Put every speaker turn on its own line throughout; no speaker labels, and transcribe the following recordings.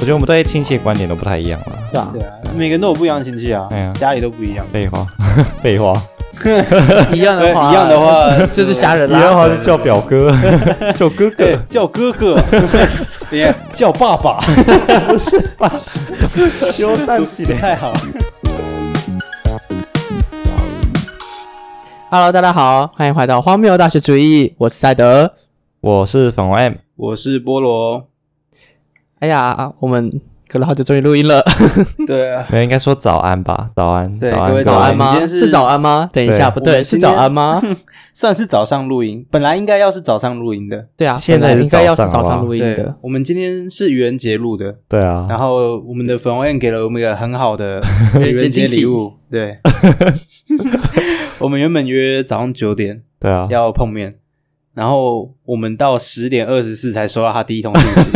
觉得我们对亲戚的观点都不太一样了。
对啊
对，啊，每个人都有不一样的亲戚啊
哎呀，
家里都不一样。
废话， 废话，
一样
对，
的话，
一样的，话
就是家人
你要
啦。
还是叫表哥， 叫哥
对
哥，
叫哥哥，别叫爸爸，
修蛋鸡的。
太好了。
Hello，大家好，欢迎回到荒谬大学主义，我是赛德。
我是粉红 M，
我是菠萝，
哎呀，我们隔了好久，终于录音了。
对啊，
没有应该说早安吧，早安，
对
早安，
各位
各
早
位
安
我
吗
们？今天是
是早安吗？等一下，不
我
对，
们
是
今天
早安 吗？
算是早上录音，本来应该要是早上录音的。
对啊，
现在
本
是
来应该要是
早上
早
好不好
上录音
对
的，，
我们今天是愚人节录的，
对啊，
然后我们的粉红 N 给了我们一个很好的
愚
愚
人节
人节
惊喜
礼物。对，我们原本约早上九点
对啊，
要碰面，然后我们到十点二十四才收到他第一通 信息。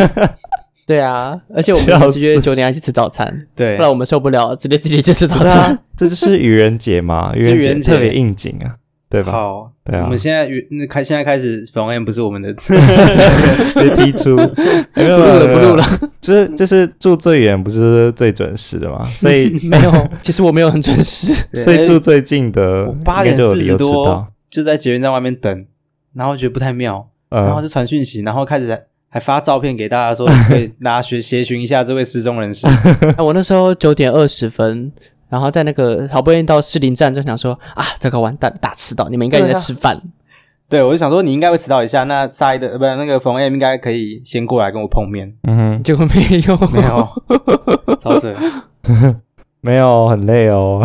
对啊，而且我
笑
们
死
直接九点要去吃早餐，
对
不，然我们受不了，直接自己去吃早
不是
餐
啊。，这就是愚人节嘛，愚
是愚
人
人
节
节
特别应景啊，对吧？
好，
对啊
我们现在与那开现在开始，粉红 M 不是我们的，
别踢出，不录
不录了，不录了。
就是就是住最远不是最准时 的嘛，所以
没有，其实我没有很准时。
所以住最近的
我
应
八
该
点
就有
四
理
十
由迟
多
到。
就在捷运站外面等，然后觉得不太妙，然
嗯，
后就传讯息，然后开始还还发照片给大家说，可以大家学协寻一下这位失踪人士。
哎 我那时候九点二十分，然后在那个好不容易到士林站，就想说啊，这个完蛋，大迟到，你们应该也在
啊
吃饭。
对，我就想说你应该会迟到一下，那沙一的呃不那个粉红 M 应该可以先过来跟我碰 面。
嗯哼，
结果没有，
没有，超扯，
没有，很累哦，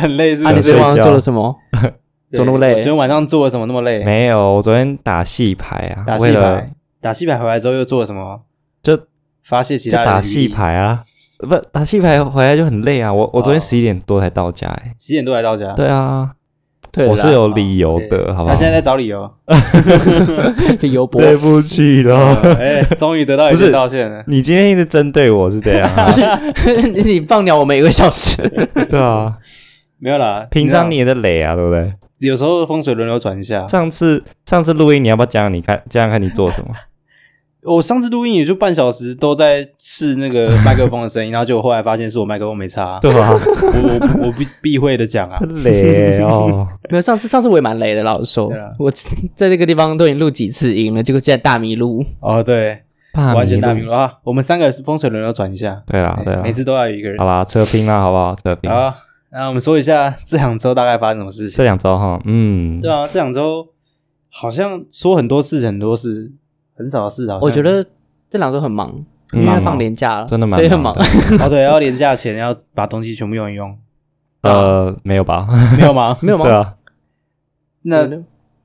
很累是
啊，
不
你昨
是
睡？
天晚上
觉
做了什么？
对
怎么那么累
我昨天晚上做了什么那么累？
没有，我昨天打戏牌啊，
打
为
戏
了
牌，打戏牌回来之后又做了什么？
就
发泄其
就
他人的
打
余
戏
力，
牌啊，不打戏牌回来就很累啊，我我昨天
哦
十一点多才到家，哎，
几点多来到家？
对啊，
对啦，
我是有 理由
哦对
的，好不好
他
哦
现？在在找 理由。
理由博，
对不起喽，
哎，终于得到一
不是
些道歉了。
你今天一直针对我是这样 啊，
你放鸟我们一个小时。
对啊，
没有啦，
平常你
知
也在累啊，对不对？
道有时候风水轮流转一下。
上次上次录音，你要不要讲讲你看讲讲看你做什么？
我上次录音也就半小时，都在试那个麦克风的声音，然 后结果后来发现是我麦克风没插，
对吧？
我我我避避讳的讲 啊，
很 累哦，
没有，上次上次我也蛮累的，老实说
对
啊
啦，
我在这个地方都已经录几次音了，结果竟然大迷路。
哦对，
大
完全
迷
大
路
明了啊，我们三个风水轮流转一下，
对啦
哎
对啦
每，次都要有一个人
好。啦，扯平啦，好不好？扯平。
好，啊那我们说一下这两周大概发生什么事情
这。两周哈，嗯
对，啊，这两周好像说很多事，很多事，很少事好像。
我觉得这两周很忙，
很
因为
忙
放
哦
年假了，
真的蛮
所以很
忙
忙？
的。
哦，对，要廉价前要把东西全部用一用，
呃，没有吧？
没有吗
没有吗
对？啊，
那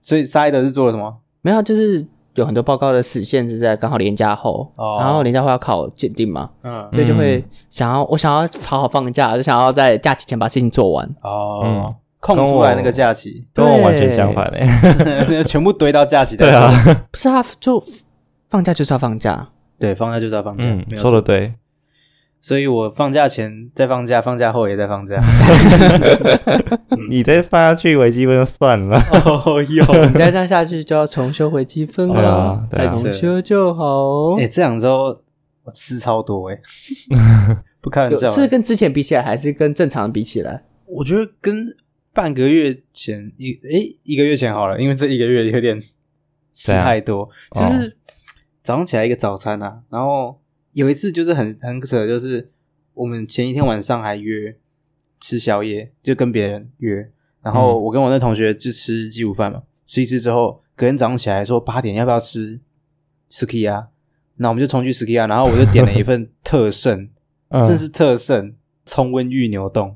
所以沙伊德是做了什么？
没有，啊就是有很多报告的死线是在刚好年假后，
哦
然后年假后要考鉴定嘛，
嗯，
所以就会
嗯
想要我想要好好放假，就想要在假期前把事情做完。
嗯
哦，空出来那个假期，
跟我
对
完全相反嘞。欸
全部堆到假期再
对啊
说。，
不是啊，就放假就是要放假，
对，放假就是要放假，
嗯
没，有
说
错。
的对，
所以我放假前在放假，放假后也在放假。嗯
你再放下去微积分就算 了。
哦哟，
你再这样下去就要重修回积分
对
了
啊，对
来
啊
重修就好。
哎，这两周我吃超多哎，不开玩
有
笑。啊
是啊跟之前比起来，还是跟正常比起来？
我觉得跟半个月前一诶一个月前好了，因为这一个月有点吃
怎样
太多，
哦
就是早上起来一个早餐啊，然后有一次就是很很扯，就是我们前一天晚上还约吃宵夜，就跟别人约，然后我跟我那同学就吃鸡午饭嘛，吃一吃之后，隔天早上起来说八点要不要吃 ski 啊？那我们就冲去 ski 啊，然后我就点了一份特盛，这
嗯，
是特盛葱温玉 牛冻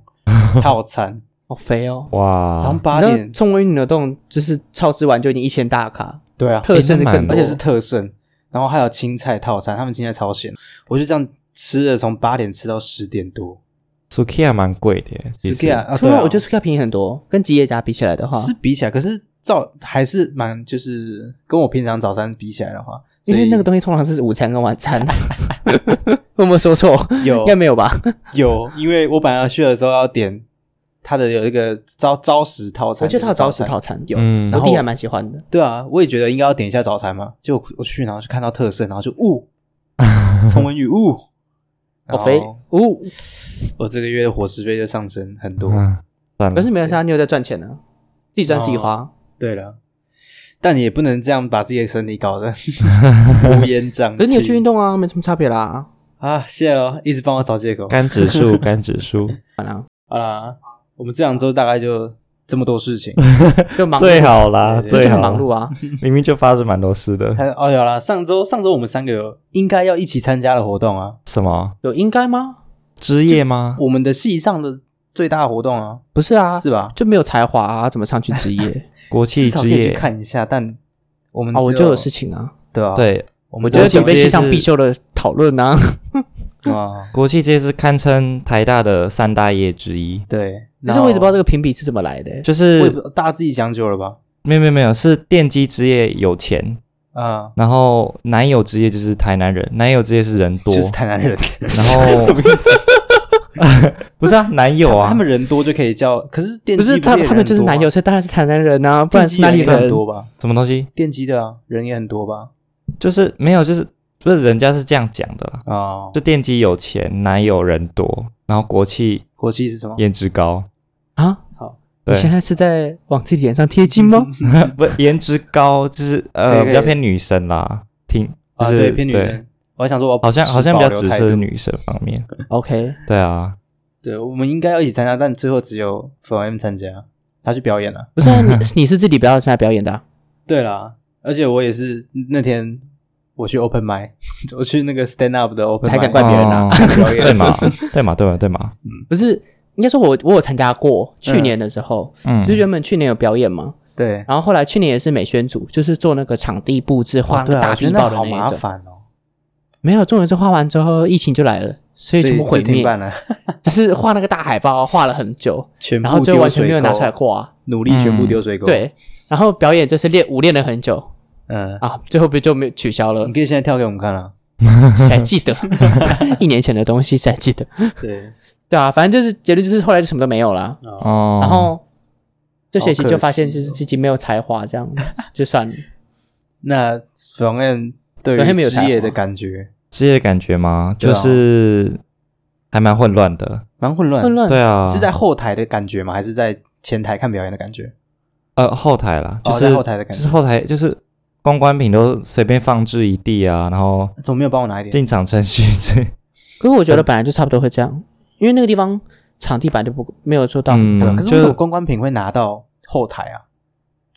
套餐。
好肥哦！
哇，
早上八
你知道
点，
冲温扭动就是超支完就已经一千大卡，
对啊，
特盛的
那蛮
更多，
而且是特盛，然后还有青菜套餐，他们青菜超咸，我就这样吃了，从八点吃到十点多。
Sukiya 蛮贵的耶，其
是
实嗯
这样啊，
除
对
了
啊，
我觉得啊苏克便宜很多，跟吉野家比起来的话，
是比起来，可是照还是蛮就是跟我平常早餐比起来的话，
因为那个
都
东西通常是午餐跟晚 餐。有没有说错？应
有
该没有吧？
有，因为我本来去的时候要点它的有一个招招食套 餐，
我记得它有
就是早
早食
餐
套餐，有，
嗯
我
然后
弟还蛮喜欢的。
对啊，我也觉得应该要点 一下早餐嘛。就我去，然后就看到特色，然后就呜，冲文宇呜，然
好肥
后
哦，
我这个月伙食费就上升很多。
嗯，算
可
了
是，没有像你有在赚钱呢，自己赚自己花。
对了，但也不能这样把自己的身体搞 得乌烟瘴气。
可是你有去运动啊，没什么差别啦。
啊？谢喽，一直帮我找借口。
干指 数，干指数，
好啦，
好啦，我们这两周大概就这么多 事情。
就忙碌
最好啦，
对
就
最
很
好
忙碌啊。
明明就发生蛮多事 的，
还哦，有啦，上周上周我们三个有应该要一起参加的活动啊，
什么
有应该吗？
之夜吗？
我们的系上的最大活动啊，
不是啊，
是吧？
就没有才华啊，怎么上去职 业
国际
至少可
之
以去
夜，
看一下，但我们
啊？我
只
就有事情啊，
对啊，，
对，
我
我
们
就要
国际
准备
之夜
系上
是
必修的讨论啊。
啊，
国际之夜是堪称台大的三大夜之一，
对，
可是我一直不知道这个评比是怎么来的欸。
就
我也不
是
大家自己讲究了吧？
没有没有没有，是电机之夜有钱，
啊，
然后男友之夜就是台南人，男友之夜是人多
就，是台 南人，
然后
什么意思？
不是啊，男友啊
他，们人多就可以叫，可是电
不
机
是他
也
他们
人
就是
多吗
男友，，所以当然是台南人啊，不
电
然
机
是哪里
人也很
人？
多吧？
什么东西？
电机的啊，人也很多吧？
就是没有，就是不是人家是这样讲的啦，
啊，
就电机有钱，男友人多，然后国企
国际是什么？
颜值高，
啊？
好，
你
对，
现在是在往自己脸上贴金吗？
不颜值高就是
可以
呃
可以
比较偏女生啦，挺就
啊，
是、
对，偏女生。我还想说我要
好像好像比
保
较
留
只
态
是
度
女生方面，
嗯
OK，
对啊，
对，我们应该要一起参加，但最后只有粉 M 参加，他去表演了。
不是啊，你 你是自己不要参加表演的啊，
对啦，而且我也是那天我去 open m i 我去那个 stand up 的 open，
还
mic
敢怪别人
哦
啊
表演
对嘛对嘛对嘛对嘛，
不是。应该说我，我有参加
嗯
过，去年的时候，
嗯
就是原本去年有表演嘛，
对，
然后后来去年也是美宣组，就是做那个场地布置，画
哇，
那
对
个
啊，
大
我觉
地
得
堡
那
的
好
那
麻
一种。
烦哦，
没有，重点是画完之后疫情就来了，所以全部
就
毁
停
灭。
办了，
就是画那个大海报，啊画了很久，
全部
然后最后完全没有拿
丢水沟
出来，过啊。
努力全部丢水沟。，
对，然后表演就是练舞练了很久
嗯，
啊，最后不就没有取消了
你？可以现在跳给我们 看了。
谁还记 得？一年前的东西谁还记得？
对，
对啊，反正就是结论就是后来就什么都没有啦。
哦，
然后这学期
好可惜
就发现就是自己没有才华，这样
哦
就算 了。
那粉 M 对
粉 M
于
有哦
职
才
业
华
的感觉
职业的感觉吗？
对
就
啊
是还蛮混乱的，
蛮混乱，
混乱
对啊，
嗯是在后台的感觉吗？还是在前台看表演的感觉？
呃后台啦，就
哦
是、
在后台的感
就
觉
是后台就是公关品都随便放置一地啊，然后
怎么没有帮我拿一点？
进场程序这
可是我觉得本来就差不多会这样，因为那个地方场地板就不没有做到很大。
嗯
可是
就
为什么
是
公关品会拿到后台啊？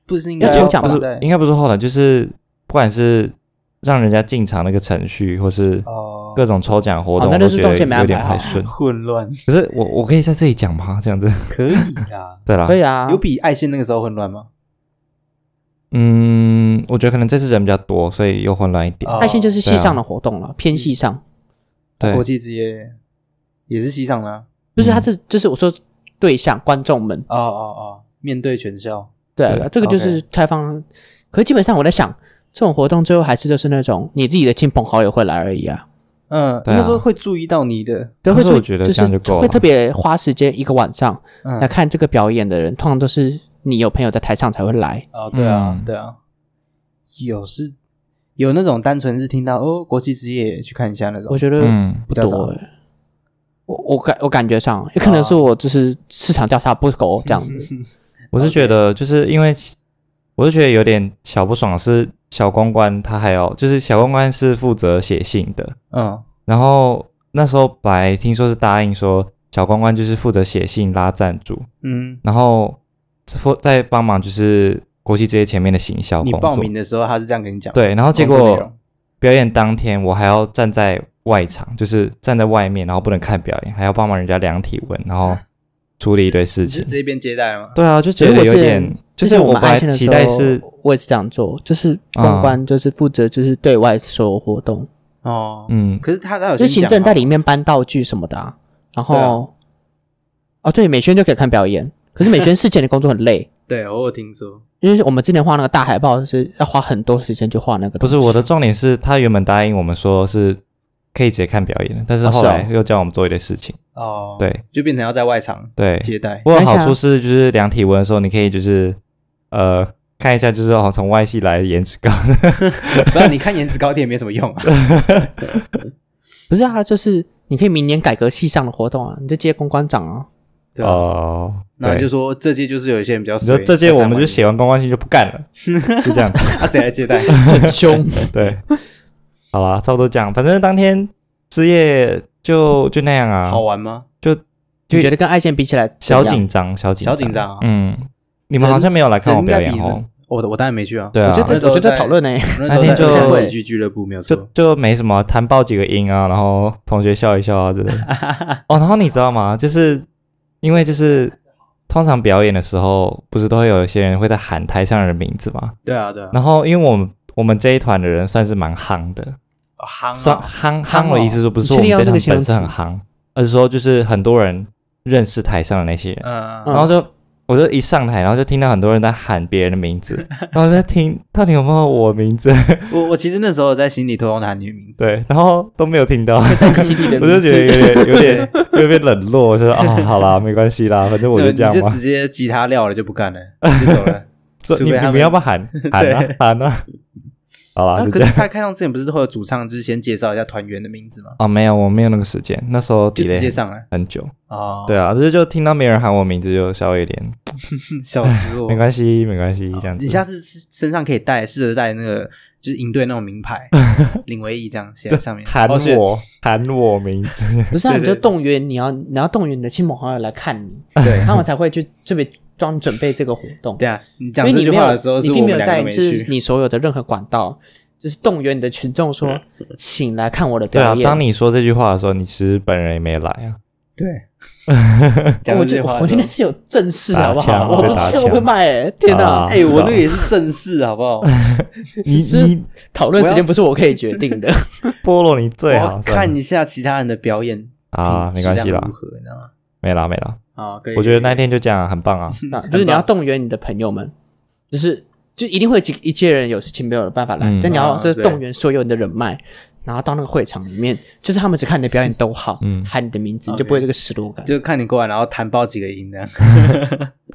不是应该
要
要
抽奖
不
吧
放
是
在
应该不是后台，就是不管是让人家进场那个程序，或是
哦
各种抽奖活
哦
动，
那
我
就
都
是
觉
动
得
线没
有
安
点
排
不
好
太顺。
混乱？
可是我我可以在这里讲吗？这样子，，
可以啦
对啦，
可以啊
有，比爱心那个时候混乱吗？
嗯，我觉得可能这次人比较多，所以又混乱一点。
哦
爱心就是系
对啊
上的活动了，偏系上。
对，
国际之夜也是西上的啊
就是他
嗯
这就是我说对象观众们，
哦哦哦，面对全校
对
对
啊，这个就是开放。可是基本上我在想，这种活动最后还是就是那种你自己的亲朋好友会来而已啊，
嗯，
对
应
啊
该说会注意到你的，
对，
可
会
是
注
我觉得
就
这样
是
就够了
会特别花时间一个晚上
嗯
来，看这个表演的人，通常都是你有朋友在台上才会来。
哦，对啊
嗯，
对啊，有是有那种单纯是听到哦国际之夜去看一下那种
我，觉得
嗯，
不
比较少
多、欸，我我感我感觉上，也可
啊
能是我就是市场调查不够这样子，
我是觉得就是因为，我是觉得有点小不爽，是小公关他还要，就是小公关是负责写信的，
嗯
然后那时候本来听说是答应说小公关就是负责写信拉赞助，
嗯，
然后负在帮忙就是国际这些前面的行销
你
工
报
作
名。的时候他是这样跟你讲，哦
对，然后结
工作内
果
容，
表演当天我还要站在外场，就是站在外面，然后不能看表演，还要帮忙人家量体温，然
啊
后处理一堆事
你是
情
直。接变接待吗？
对啊，就觉
可
得
是
有
我之
点
前，
就
之
是
前我
本
们爱
来
心的
期
时
待
候
是，嗯
我也是这样做，就是公关就是负责就是对外所有活动，
哦，
嗯，
可是他他有
就
先
行
讲
政在
吗
里面搬道具什么的、啊，然
对啊
后哦对，美宣就可以看表演，可是美宣事前的工作很 累，
对，我有听说，
因为我们之前画那个大海报是要花很多时间去画那个
不
东西，
是我的重点是他原本答应我们说是可以直接看表演的，但是
哦是
后来
哦
又叫我们做一堆事情。
哦，，
对
就变成要在外场
对，
接待
不过
等一
好
下
处是就是量体温的时候，你可以就是呃看一下，就是哦从外系来的颜值高的， 哦
不然你看颜值高低也没什么用啊。
不是啊，就是你可以明年改革系上的活动啊，你就接公关长 啊。
对啊，
哦，
然后就
对
说这届就是有一些人比较
你说
衰，
这届我们就
写
写完公关信就不干 了，就这样。
啊，谁来接 待？
很凶。
对，好啦，差不多这样。反正当天之夜就就那样啊，
好玩吗？
就
你觉得跟爱线比起来，
小，紧张，小紧
小紧张啊
嗯，你们好像没有来 看我表演
人应该比
哦。
我的我当然没去啊，
对
我
啊
觉，得
那时
这
候
我觉得
在
在讨论 呢，
那时
那
候
天
在
就
台北喜剧俱乐部没有
就
错，
就没什么，弹爆几个音啊，然后同学笑一笑啊之 类的。哦，然后你知道吗？就是因为就是通常表演的时候，不是都会有一些人会在喊台上人的名字嘛？
嗯
对啊对啊，
然后因为我们我们这一团的人算是蛮夯的，
哦夯
算
啊
夯
夯
夯
哦
的意思，说不是说我
你
们
确定
这
要这个
场
形容
本
词
身很夯，而是说就是很多人认识台上的那些人，
嗯，嗯
嗯
然后就我就一上台，然后就听到很多人在喊别人的名 字，然后我在听到底有没有我名字，
我我其实那时候在心里偷偷喊你的名字，
对，然后都没有听到，
基地的
我就
名
觉得
字
有点有点有点冷落，我就说啊，好啦，没关系啦，反正我就
对
这样
你就
嘛。
直接吉他撂了就不干了，就 走了。
说
除
你
非他
你
们
们要不要 喊喊啊喊啊？好啦，
啊
就
可
这样
是他开唱之前不是都会有主唱，就是先介绍一下团员的名字吗？
啊，没有，我没有那个时间，那时候
就直
delay
接上来
很久。
哦，
对啊，只是就听到没有人喊我名字，就稍微有点
小失 落
没。关系，没关系，这样子。
哦你下次身上可以带，试着带那个就是营队那种名 牌，领唯一这样写在上面。
喊
哦是
我喊我名字，
不是啊，
对
你
对
就动员你要你要动员你的亲朋好友来看你，
对，
他们才会去特别帮你准备这个活动。
对啊，你
因
讲
为
这
你
句
没
话
有
的时候，
你
是
并
我
没
们
有
两个
在
都没
就是
去。
你所有的任何管道，就是动员你的群众 说，请来看我的
对
表
啊，
演。
当你说这句话的时候，你其实本人也没来啊。
对，讲
我
这句
就
话
我
的时
那
候
个是有正事
打
好不
枪
好？我
被
不
打
是我
枪
会骂哎，天哪
啊！
哎，我
知道
那个也是正事，好不 好？
你
是
你
讨论时间不是我可以决定 的，
菠萝你
我
最好
要
啊算了
看一下其他人的表演
啊，没关系啦
如，何你知道吗？
没啦没啦，
啊，可以。
我觉得那一天就这样，很棒啊。
啊就是
很
你
棒
要动员你的朋友们，就是就一定会有几一些人有事情没有办法来，
嗯
但你要
啊
就是
对
动员所有你的人脉，然后到那个会场里面，就是他们只看你的表演都好，
嗯
喊你的名字，你就不会有这个失落感。
就看你过来，然后弹爆几个音的。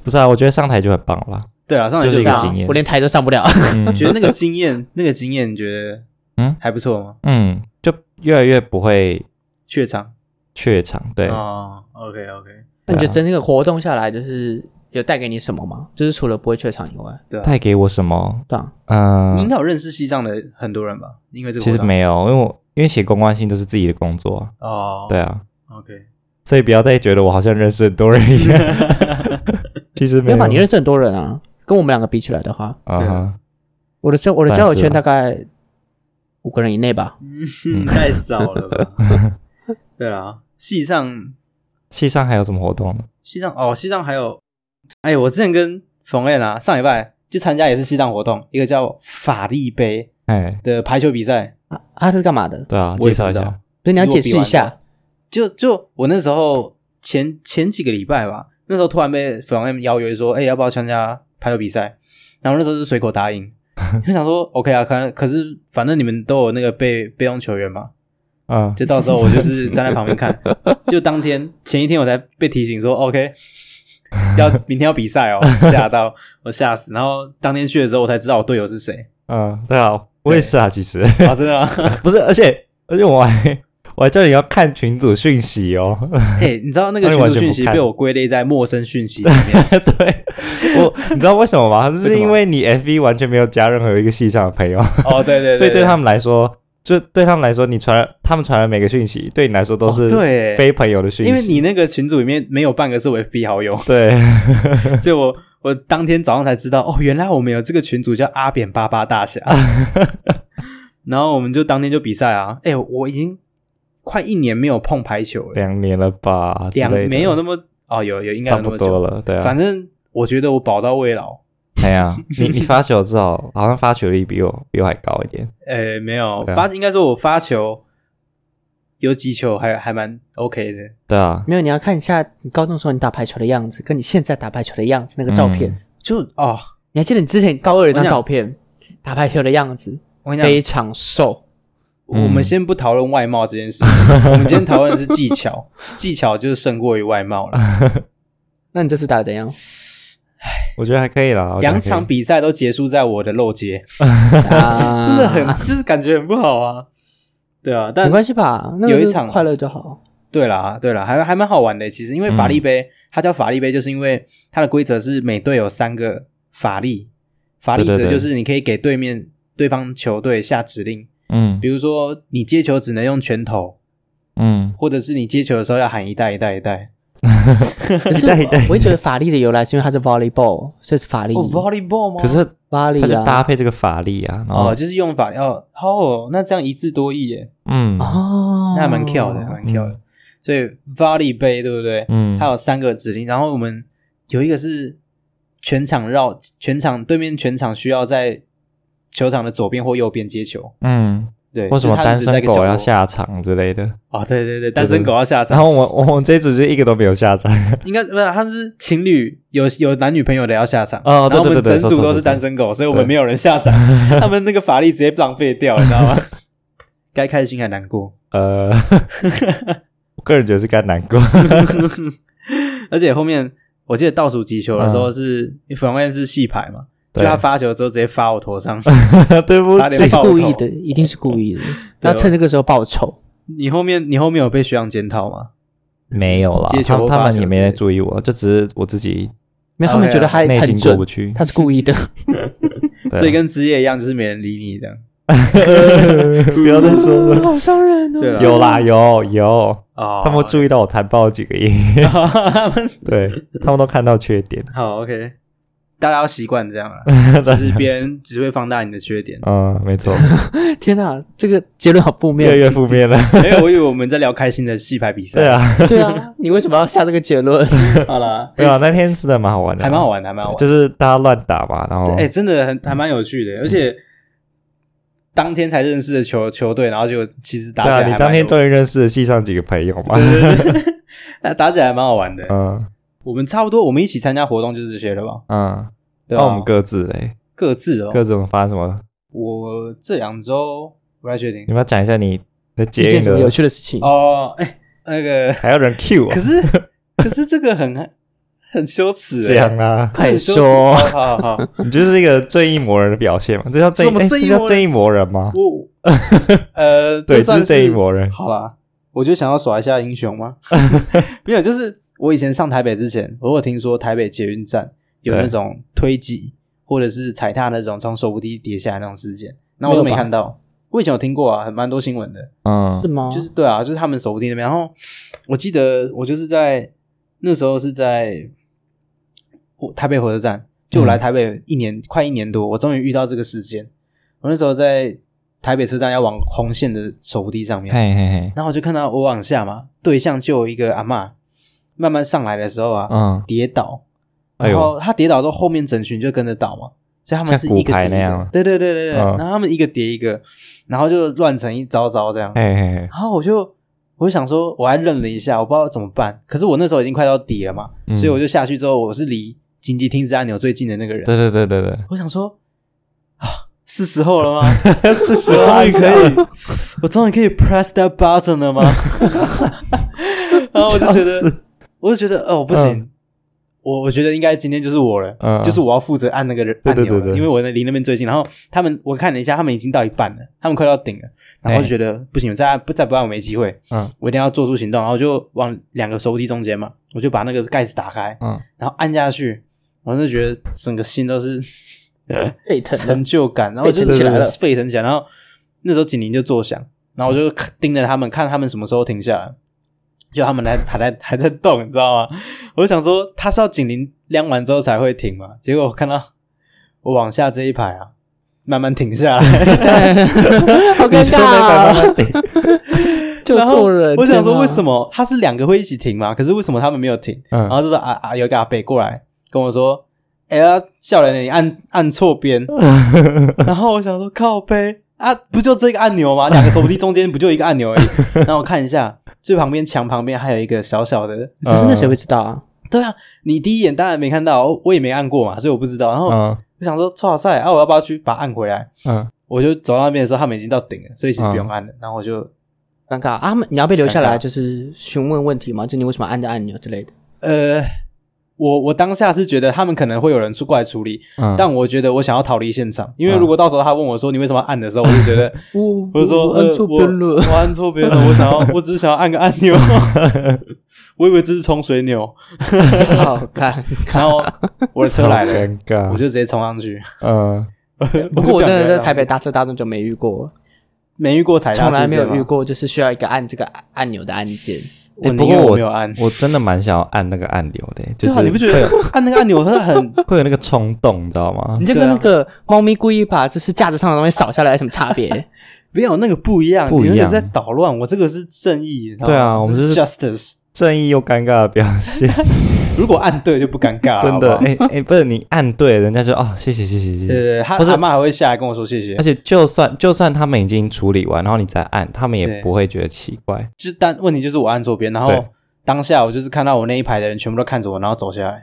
不是啊，我觉得上台就很棒啦。
对啊，上来
就是
就
一个
对啊
经验
我连台都上不了。
嗯
觉得那个经验，那个经验，你觉得
嗯
还不错吗？
嗯，就越来越不会
怯场
怯场，对，
哦，OK OK，
那你觉得整个活动下来，就是有带给你什么吗？就是除了不会怯场以外，
对啊，
带给我什么？
对啊，
你
嗯，
应该有认识西藏的很多人吧？因为这个
其实
活动
没有，因为我因为写公关信都是自己的工作啊，
哦，
对啊，
，OK，
所以不要再觉得我好像认识很多人一 样。其实没
没
有
有吧？你认识很多人啊，跟我们两个比起来的话，
啊哈，
我的交我的
但
交友
是
圈
啊
大概五个人以内吧。
嗯 太少了吧？ 对啊，西藏
系上还有什么活动呢？
西藏哦，西藏还有，哎，我之前跟冯燕啊，上礼拜去参加也是西藏活动，一个叫法力杯
哎，
的排球比赛，
啊，他是干嘛的？
对啊，
我
介
也不
绍一
知
下
道。，
所以你要解释一
其实我比完
下
了。就就我那时候前前几个礼拜吧，那时候突然被粉红 M 邀约说，哎、要不要参加排球比赛？然后那时候是随口答应， 就想说 OK 啊，可能可是反正你们都有那个备备用球员嘛，
嗯，
就到时候我就是站在旁 边看。就当天前一天我才被提醒说 OK，要明天要比赛哦，吓到我吓死。然后当天去的时候我才知道我队友是谁
嗯，对啊，我也是啊，其实
啊，真 的吗？
不是，而且而且我还我还叫你要看群组讯息哦。
哎、你知道那个群
那你完
组
全不
讯息
看
被我归类在陌生讯息里面，
对，我你知道为什么吗？就是
为什
因
么
为你 F 一完全没有加任何一个系上的朋友，
哦，对对对
所以对
对
他们来说，就对他们来说，你传他们传的每个讯息，对你来说都是
哦对
非朋友的讯息，
因为你那个群组里面没有半个是我 FB 好友，
对
所以我我当天早上才知道，哦，原来我们有这个群组叫阿扁巴巴 大侠，然后我们就当天就比赛啊，哎、我已经快一年没有碰排球了，
两年了吧，之
两
类的
没有那么哦，有有应该
差
有那
不
么久
多，了，对啊，
反正我觉得我保到未老，
哎 呀，你你发球至少好像发球率比我比我还高一点，
呃，没有
对啊
发，应该说我发球有几球还还蛮 OK 的，
对啊，
没有，你要看一下你高中时候你打排球的样子，跟你现在打排球的样子那个照片。
嗯
就哦，
你还记得你之前高二的一张
我想
照片，打排球的样子
我跟你讲，
非常瘦，
嗯
我们先不讨论外貌这件事情，我们今天讨论的是技巧，技巧就是胜过于外貌
啊
了。
那你这次打的怎 样？
我觉得还可以啦，我觉得还
两
可以
场比赛都结束在我的漏接，
啊
真的很，就是感觉很不好啊。对啊，
没
但
关系吧，那个
有一
就是
场
快乐就好。
对啦，对啦，还还蛮好玩的。其实，因为法力
嗯
杯、它叫法力杯，就是因为它的规则是每队有三个法力，法力
对对
则
对
就是你可以给对面对方球队下指令，
嗯
比如说你接球只能用拳头，
嗯，
或者是你接球的时候要喊一代一代一代。
可是我一直觉得法力的由来是因为它是 volleyball，所以是法力。
哦 volleyball
可是
法力
他就搭
啊，
配这个法力啊，然后
哦，就是用法力哦哦，那这样一字多义耶，
嗯
哦，
那还蛮跳的，还蛮跳的。所以 volley 杯对不对？
嗯，
它有三个指令，然后我们有一个是全场绕，全场对面全场需要在球场的左边或右边接球。
嗯，
对，
为什么
就是它
单
一直在
身
一个角
狗
落
要？下场之类 的？
哦，对对对，单身狗要下
然
场。
后我们我们这一组就一个都没有下场，
应该不是，他是情侣，有有男女朋友的要下场。
哦对
然后我
对对
们
对
整
说
组
说
都是
说
单
说
身狗，所以我们
对
没有人下 场。他们那个法力直接浪费掉，你知道吗？ 该开心还难过。
呃，我个人觉得是该难过，
而且后面我记得倒数击球的时候是，因为冯冠是戏牌嘛，就
嗯对
他发球的时候直接发我头 上。
对不
差
起
点
那是
爆
故意
头
的，一定是故意的，然后趁这个时候报仇。
你后面你后面有被学长检讨吗？
没有啦
接，球
他们
发
他们
球
也
之
没
类
在
的
注意我，就只是我自己
没有，他们
OK 啊
觉得他
内心
很
过
准
不，去，
他是故意的。
对啊
所以跟职业一样，就是没人理你这样。
不要再说了。
好伤人哦
对啊
有啦，有有，
哦
他们会注意到我弹爆几 个音，
他们
对他们都看到缺点。。
好 OK，大家要习惯这样了，就是别人只会放大你的缺点
嗯，没错，
天哪，这个结论好负
越来
面。
越负 面了。
没有，我以为我们在聊开心的戏牌比赛。
对，啊，
对啊，你为什么要下这个 结论？
好啦，
对啊，那天真的蛮好玩的，啊
还蛮好玩的，还蛮好玩的。
就是大家乱打嘛，然后
哎、真的很还蛮有趣的，而且当天才认识的球球队，然后就其实打起
对
来
啊，
还蛮有，
你当天终于认识了系上几个朋友嘛，
那打起来还蛮好玩的。
嗯
我们差不多，我们一起参加活动就是这些了吧？
嗯，
对啊
那
吧？
我们各自嘞，
各自哦，
各自我们发生什么？
我这两周不太确定
你。们要讲一下你的捷
一件
运
什么有
的，
趣的事情？
哦，哎、那个，
还有人 Q 我
可，是可是这个很很羞耻、欸，
这样啊，
快
很羞耻
说！
好好好，好
你就是一个正义魔人的表现嘛，这叫正
什么
义，哎
正
这
义魔
叫
人
正义魔人吗？
我 呃，
对，
这算
就是正义魔人，
好啦，我就想要耍一下英 雄嘛。没有，就是我以前上台北之前，我有听说台北捷运站有
对
那种推挤或者是踩踏那种从手扶梯跌下来那种事件，那我都
没
没
有吧
看到。我以前有听过啊，很蛮多新闻的，
嗯
是，吗？
就是对啊，就是他们手扶梯那边。然后我记得我就是在那时候是在我台北火车站，就
嗯
我来台北一年、快一年多，我终于遇到这个事件。我那时候在台北车站要往红线的手扶梯上面，
嘿嘿嘿，
然后我就看到我往下嘛，对象就有一个阿嬷慢慢上来的时候啊，
嗯，
跌倒，
哎
然
呦，
后她跌倒之后，后面整群就跟着倒嘛，所以他们
像
是
骨
一个
牌
叠
那
一个
样吗
对对对对对，
嗯
然后他们一个叠一个，然后就乱成一招招这样，
嘿嘿嘿，
然后我就我就想说，我还愣了一下，我不知道怎么办，可是我那时候已经快到底了嘛，
嗯
所以我就下去之后，我是离紧急停止按钮最近的那个人，
对对对对对，
我想说啊，是时候了吗？
是时
我
候
终于可以，我终于可以 press that button 了吗？ 然后我就觉得，我就觉得，哦，不行，
嗯
我我觉得应该今天就是我了，
嗯嗯
就是我要负责按那个人按钮了，
对对对对
因为我那离那边最近。然后他们，我看了一下，他们已经到一半了，他们快到顶了，然后我就觉得、不行，再按再不按我没机会，
哎嗯
我一定要做出行动。然后就往两个手扶梯中间嘛，我就把那个盖子打开，
嗯，
然后按下去，我就觉得整个心都是。
沸腾的
成就感，然后
沸
就
腾起来了
沸腾起来。然后那时候警铃就作响，然后我就看盯着他们，看他们什么时候停下来。就他们来还在还在动，你知道吗？我就想说他是要警铃亮完之后才会停嘛，结果我看到我往下这一排啊，慢慢停下来，
好 尴
你就没办
啊
尬，
法顶，
救错人。
然后我想说为
么？
什么他是两个会一起停嘛？可是为什么他们没有停？
嗯
然后就是啊啊，有一个阿伯过来跟我说：“哎呀，笑人，你按按 错边。”然后我想说靠背啊，不就这个按钮吗？两个手扶梯中间不就一个按钮而已？然后我看一下最旁边墙旁边还有一个小小的，
嗯
可是那谁会知道啊？
对啊，你第一眼当然没看到，我也没按过嘛，所以我不知道。然后我
嗯
想说，哇塞，啊，我要不要去把它按回来？
嗯，
我就走到那边的时候，他们已经到顶了，所以其实不用按了。然后我就
尴尬啊！他们你要被留下
尴
来，
尬
就是询问问题嘛，就你为什么按着按钮之类的。
呃，我我当下是觉得他们可能会有人出过来处理，
嗯，
但我觉得我想要逃离现场，因为
嗯
如果到时候他问我说你为什么按的时候，我就觉得
我
我就说
我
呃
按错边
我
了，
我按错边了，我想要我只是想要按个按 钮，我以为这是冲水钮，
好看。
然后我的车 来了，
尴尬，
我就直接冲上 去。
嗯，
不过我真的在台北
大
搭车当中就没遇过，
没遇过台大，
从来没有遇。过就是需要一个按这个按钮的按 键。
我
哎不过
宁愿
我
哦没有按，
我真的蛮想要按那个按钮的，就
对
是
啊，你不觉得按那个按钮它 很
会有那个冲动，你知道吗
你？这
对
跟
啊
那个猫咪故意把就是架子上的东西扫下来有什么差 别？
没有那个不一样？
不一样
你那个是在捣乱，我这个是正义。你知道吗
对啊我们
这
是
justice。
正义又尴尬的表 现，
如果按对就不尴尬了，
真的，
好不好
哎哎，不是你按对，人家就哦，谢谢谢谢谢
对
谢。
对对，他
不是
阿妈还会下来跟我说谢谢
而。且就算就算他们已经处理完，然后你再按，他们也
对
不会觉得奇怪。
就是但问题就是我按错边，然
对
后当下我就是看到我那一排的人全部都看着我，然后走下来，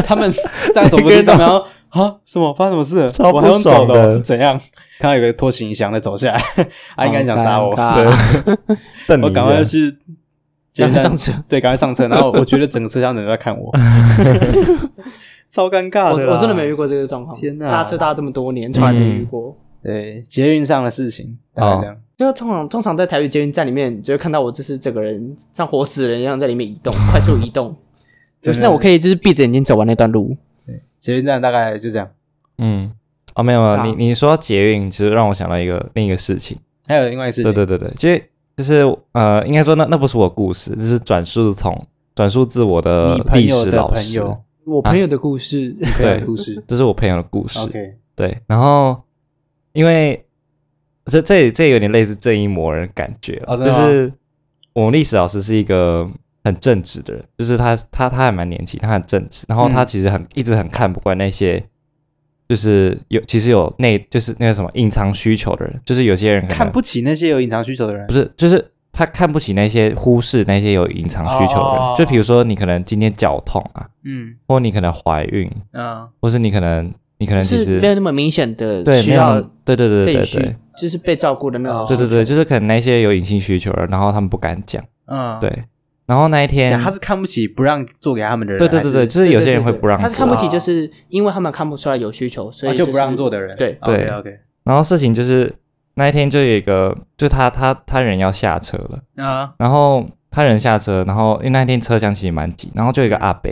他们在走不地上，然后啊什么发生什么事了？
超不
我还用走
爽的
的是怎样？看到有个拖行李箱的走下来， 啊他应该想杀
好，
我
尴尬
对， 瞪你
我
一
赶快
眼，
去捷
然
运
后
站
上车，
对，赶快上车。然后我觉得整个车厢的人都在看我，超尴
我
尬的啦。
我真的没遇过这个状况。
天哪
搭车搭这么多年，从来没遇过。
对捷运上的事情，大概这样。
就通常通常在台北捷运站里面，你就会看到我就是整个人像活死人一样在里面移动， 快速移动。就是那我可以就是闭着眼睛走完那段路。
捷运站大概就这样。
嗯，哦，没有没有，
啊
你你说到捷运，其实让我想到一个另一个事情。
还有另外一个事情，
对对对对，其实就是呃，应该说那那不是我故事，这是转述从转述自我的
你朋
历
友
史
的
老
朋
师，
友，
我朋友的故事，
朋友
对
的故事。
这是我朋友的故事。
OK，
对，然后因为这这这有点类似正义魔人的感觉了，
哦真
就
的吗
是我们历史老师是一个很正直的人，就是他他他还蛮年轻，他很正直，然后他
嗯
其实很、一直很看不惯那些。就是有，其实有内，就是那个什么隐藏需求的人，就是有些人可能
看不起那些有隐藏需求的人
不。是，就是他看不起那些忽视那些有隐藏需求的人。
哦
就比如说，你可能今天脚痛啊，
嗯
或你可能怀孕，
嗯，
或是你可能你可能其
是没
实
有那么明显的
对
需
没
要
有对对对对
被
对
需
对
就是被照顾的那种
哦
需
对对
求。
对，就是可能那些有隐性需求的人，然后他们不敢讲。
嗯，
对，然后那一
等
天
下。他是看不起不让做给他们的人，
对对对对，
还是
就是有些人会不让
他是看
做啊
不，起，就是因为他们看不出来有需求，所以
啊
是
就不让做的人。
对
对
OK，
然后事情就是那一天就有一个，就他他他人要下车了，
啊，
然后他人下车，然后因为那一天车厢其实蛮挤，然后就有一个阿伯，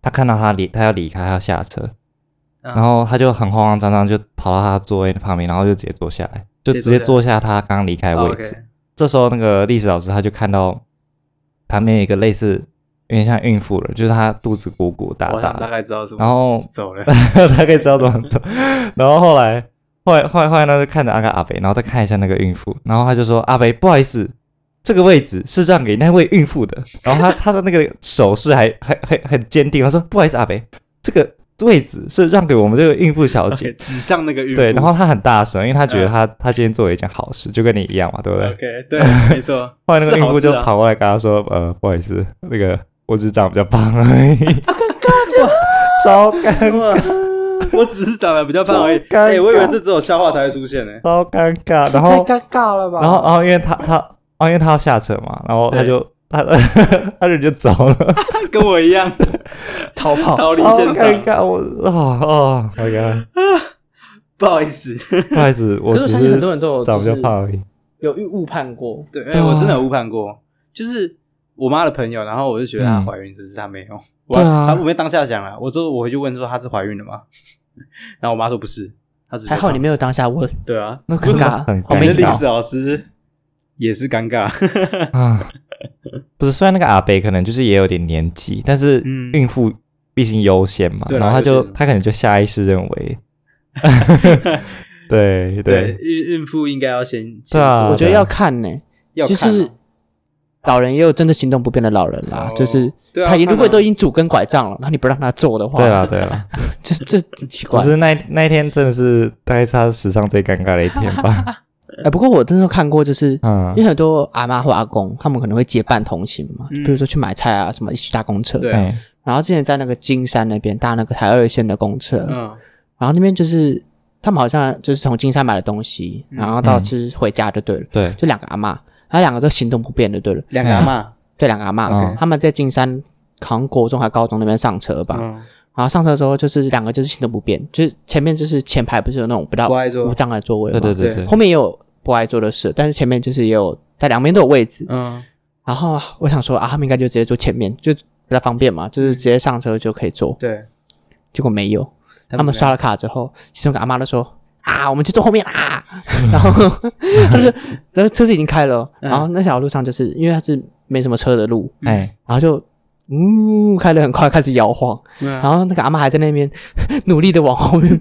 他看到他离他要离开，他要下车，
然
然后他就很慌慌张张就跑到他座位旁边，然后就直接坐下来，就直接坐下他刚离开的
哦
位置。这时候那个历史老师他就看到旁边有一个类似有点像孕妇了，就是她肚子鼓鼓大
我
大
想大
的，
概知道是
然后
走了，
他可以知道怎么走。然后后来后来后来后来呢，就看着那个阿北，然后再看一下那个孕妇，然后他就说：“阿北，不好意思。”这个位置是让给那位孕妇的， 然后他他的那个手势还还还很坚定，他说不好意思，阿北，这个位置是让给我们这个孕妇小姐
且 指向那个孕妇。
对，然后他很大声，因为他觉得他、他今天做了一件好事，就跟你一样嘛，对不对？
OK，对， 没错。
后来那个孕妇就是
好事啊
跑过来跟他说：“呃，不好意思，那个我只是长得比较胖而已。” 超尴
哇我只是长得比较胖而已。
超尴尬
哎，我以为这只有笑话才会出现呢。
超尴尬，
是
然
太
后
尴尬了吧？
然后然后因为他他哦，因为他要下车嘛，然后他就 他他人就走了，
跟我一样，
逃跑，
逃离
超
现
尴
场。
尬，我哦哦，好尴尬，
不好意思，
不好意思， 我
可是
只
我相信很多人都有
长得比较
就是
胖而已。
有误判过，
对，
对
哎，
啊
我真的有误判过，就是。我妈的朋友，然后我就觉得她
嗯
怀孕，只是她没有。我
对啊
她我没当下讲了，我说我回去问说她是怀孕了吗？ 然后我妈说不是，她只是
还好你
胖
没有当下问。
对啊，
那
尴
真的
尬
很
好
尴尬
没
你的
礼
历
貌
史老师也是尴尬，
啊，不是，虽然那个阿伯可能就是也有点年纪，但是
嗯
孕妇毕竟优先嘛，
对啦
然后他就
优先
他可能就下意识认 为，对对，
孕 孕妇应该要先，
对啊
先做
我觉得要看呢、
要
就
看啊
是老人也有真的行动不便的老人啦，
哦
就是
对啊
他
看啊
如果都已经拄根拐杖了，那你不让他坐的话，
对啦，对啦，
这这挺奇
只
怪。
是那一那一天真的是大概是他史上最尴尬的一天 吧，
哎，不过我真的看过，就是。
嗯
因为，很多阿妈或阿公，他们可能会结伴同行嘛，
嗯
比如说去买菜啊，什么一起搭公车。
对啊，
哎，
然后之前在那个金山那边搭那个台二线的公车，
嗯，
然后那边就是他们好像就是从金山买的东西，
嗯
然后到
嗯
吃回家就对了，
对，
就两个阿妈，然后两个都行动不便就对了，
两个阿妈，
对，两个阿妈，
嗯
他们在金山好像国中还高中那边上车吧，
嗯，
然后上车的时候就是两个就是行动不便，就是前面就是前排不是有那种不到
不爱坐
无障碍座位吗？
对对对
对
对，
后面也有不爱坐的事，但是前面就是也有在两边都有位置，
嗯，
然后我想说啊，他们应该就直接坐前面，就比较方便嘛，就是直接上车就可以坐。
对，
结果没有，
他
他们刷了卡之后，其中一个阿妈都说啊， 我们去坐后面啦。然后他就，然后车子已经开了，哦
嗯
然后那条路上就是因为它是没什么车的路，
哎，
然后就。呜、开得很快，开始摇晃，
然
然后那个阿妈还在那边 努力的往后面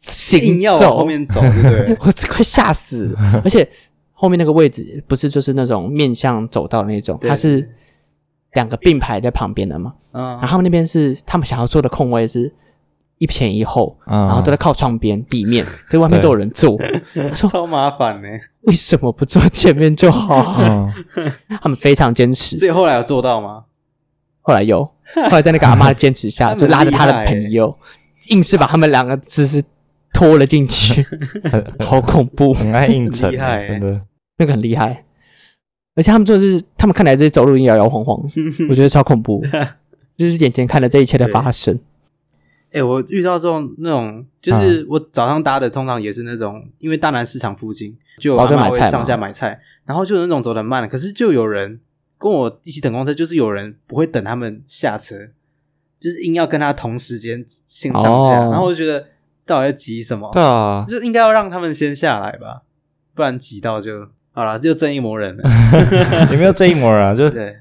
行
硬要
走，
往后面走，对
？
不对
我这快吓死 了！而且后面那个位置不是就是那种面向走道那种，
对
它是两个并排在旁边的嘛。
嗯
然后，他们那边是他们想要坐的空位是一前一后，
嗯
然后都在靠窗边地面，所以外面
对
都有人 坐。
超麻烦呢。
为什么不坐前面就 好？
嗯，
他们非常坚持。
所以后来有做到吗？
后来 有，后来在那个阿妈的坚持下，
他们
就拉着他的
厉害欸
朋友，硬是把他们两个姿势拖了进去，好恐怖。
很爱应承
很厉害欸
欸，真的。
那个很厉害。而且他们就是，他们看起来就是走路摇摇晃 晃，我觉得超恐怖，就是眼前看着这一切的发生。
哎、我遇到这种那种，
嗯
就是我早上搭的，通常也是那种，因为大南市场附近就有
哦
阿
对
妈
买
会
菜嘛
上下买菜，然后就有那种走的慢的，可是就有人跟我一起等公车，就是有人不会等他们下车，就是硬要跟他同时间先上下，
哦
然后我就觉得到底在急什么？
对啊，
就应该要让他们先下来吧，不然挤到就好了，就正义 魔人了。
有没有这一模啊？就是
对，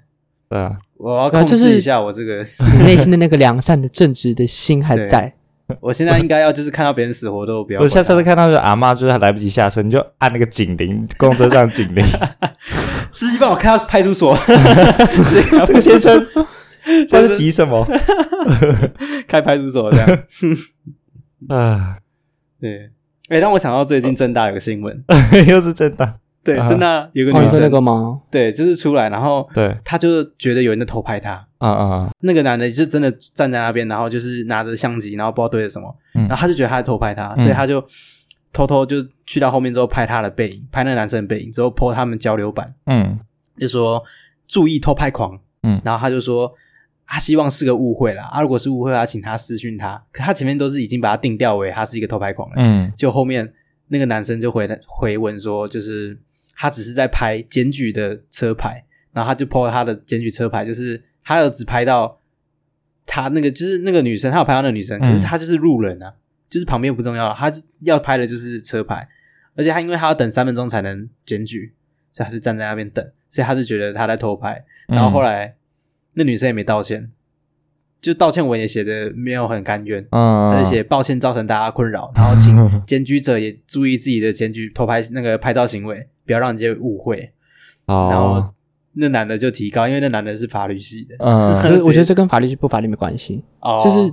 对啊，
我要
对啊
控
就是
制一下我这个，
你内心的那个良善的正直的心还在，
我现在应该要就是看到别人死活都不要
我
管他。
下次看到就阿妈就是来不及下车，你就按那个警铃，公车上警铃，
司机帮我开到派出所，直 接
这个先生他是急什 么？
开派出所这 样。
啊，
对，哎、让我想到最近正大有个新 闻，
又是真的，
对，
啊
正大有个
哦，
女
你说
生，
那个吗？
对，就是出来，然后
对，
她就觉得有人在偷拍她。
啊啊，
那个男的就真的站在那边，然后就是拿着相机，然后不知道对着什么，
嗯
然后他就觉得他在偷拍嗯他，所以他就偷偷就去到后面之后拍他的背影，拍那个男生的背影，之后 po 他们交流版，
嗯
就说注意偷拍狂，
嗯
然后他就说他希望是个误会啦，啊，如果是误会的话，请他私讯他，可他前面都是已经把他定调为他是一个偷拍狂了，
嗯，
就后面那个男生就回回文说，就是他只是在拍检举的车牌，然后他就 po 他的检举车牌，就是他有只拍到他那个就是那个女生，他有拍到那个女生，可
嗯
是他就是路人啊，就是旁边不重要，他就要拍的就是车牌，而且他因为他要等三分钟才能检举，所以他就站在那边等，所以他就觉得他在偷拍，然后后来、那女生也没道歉。就道歉文也写的没有很甘愿，
嗯，哦
而且抱歉造成大家困扰，然后 请检举者也注意自己的检举偷拍那个拍照行为，不要让人家误会。然后
哦，
那男的就提高，因为那男的是法律系的，
嗯
可是我觉得这跟法律不法律没关系，
哦，
就是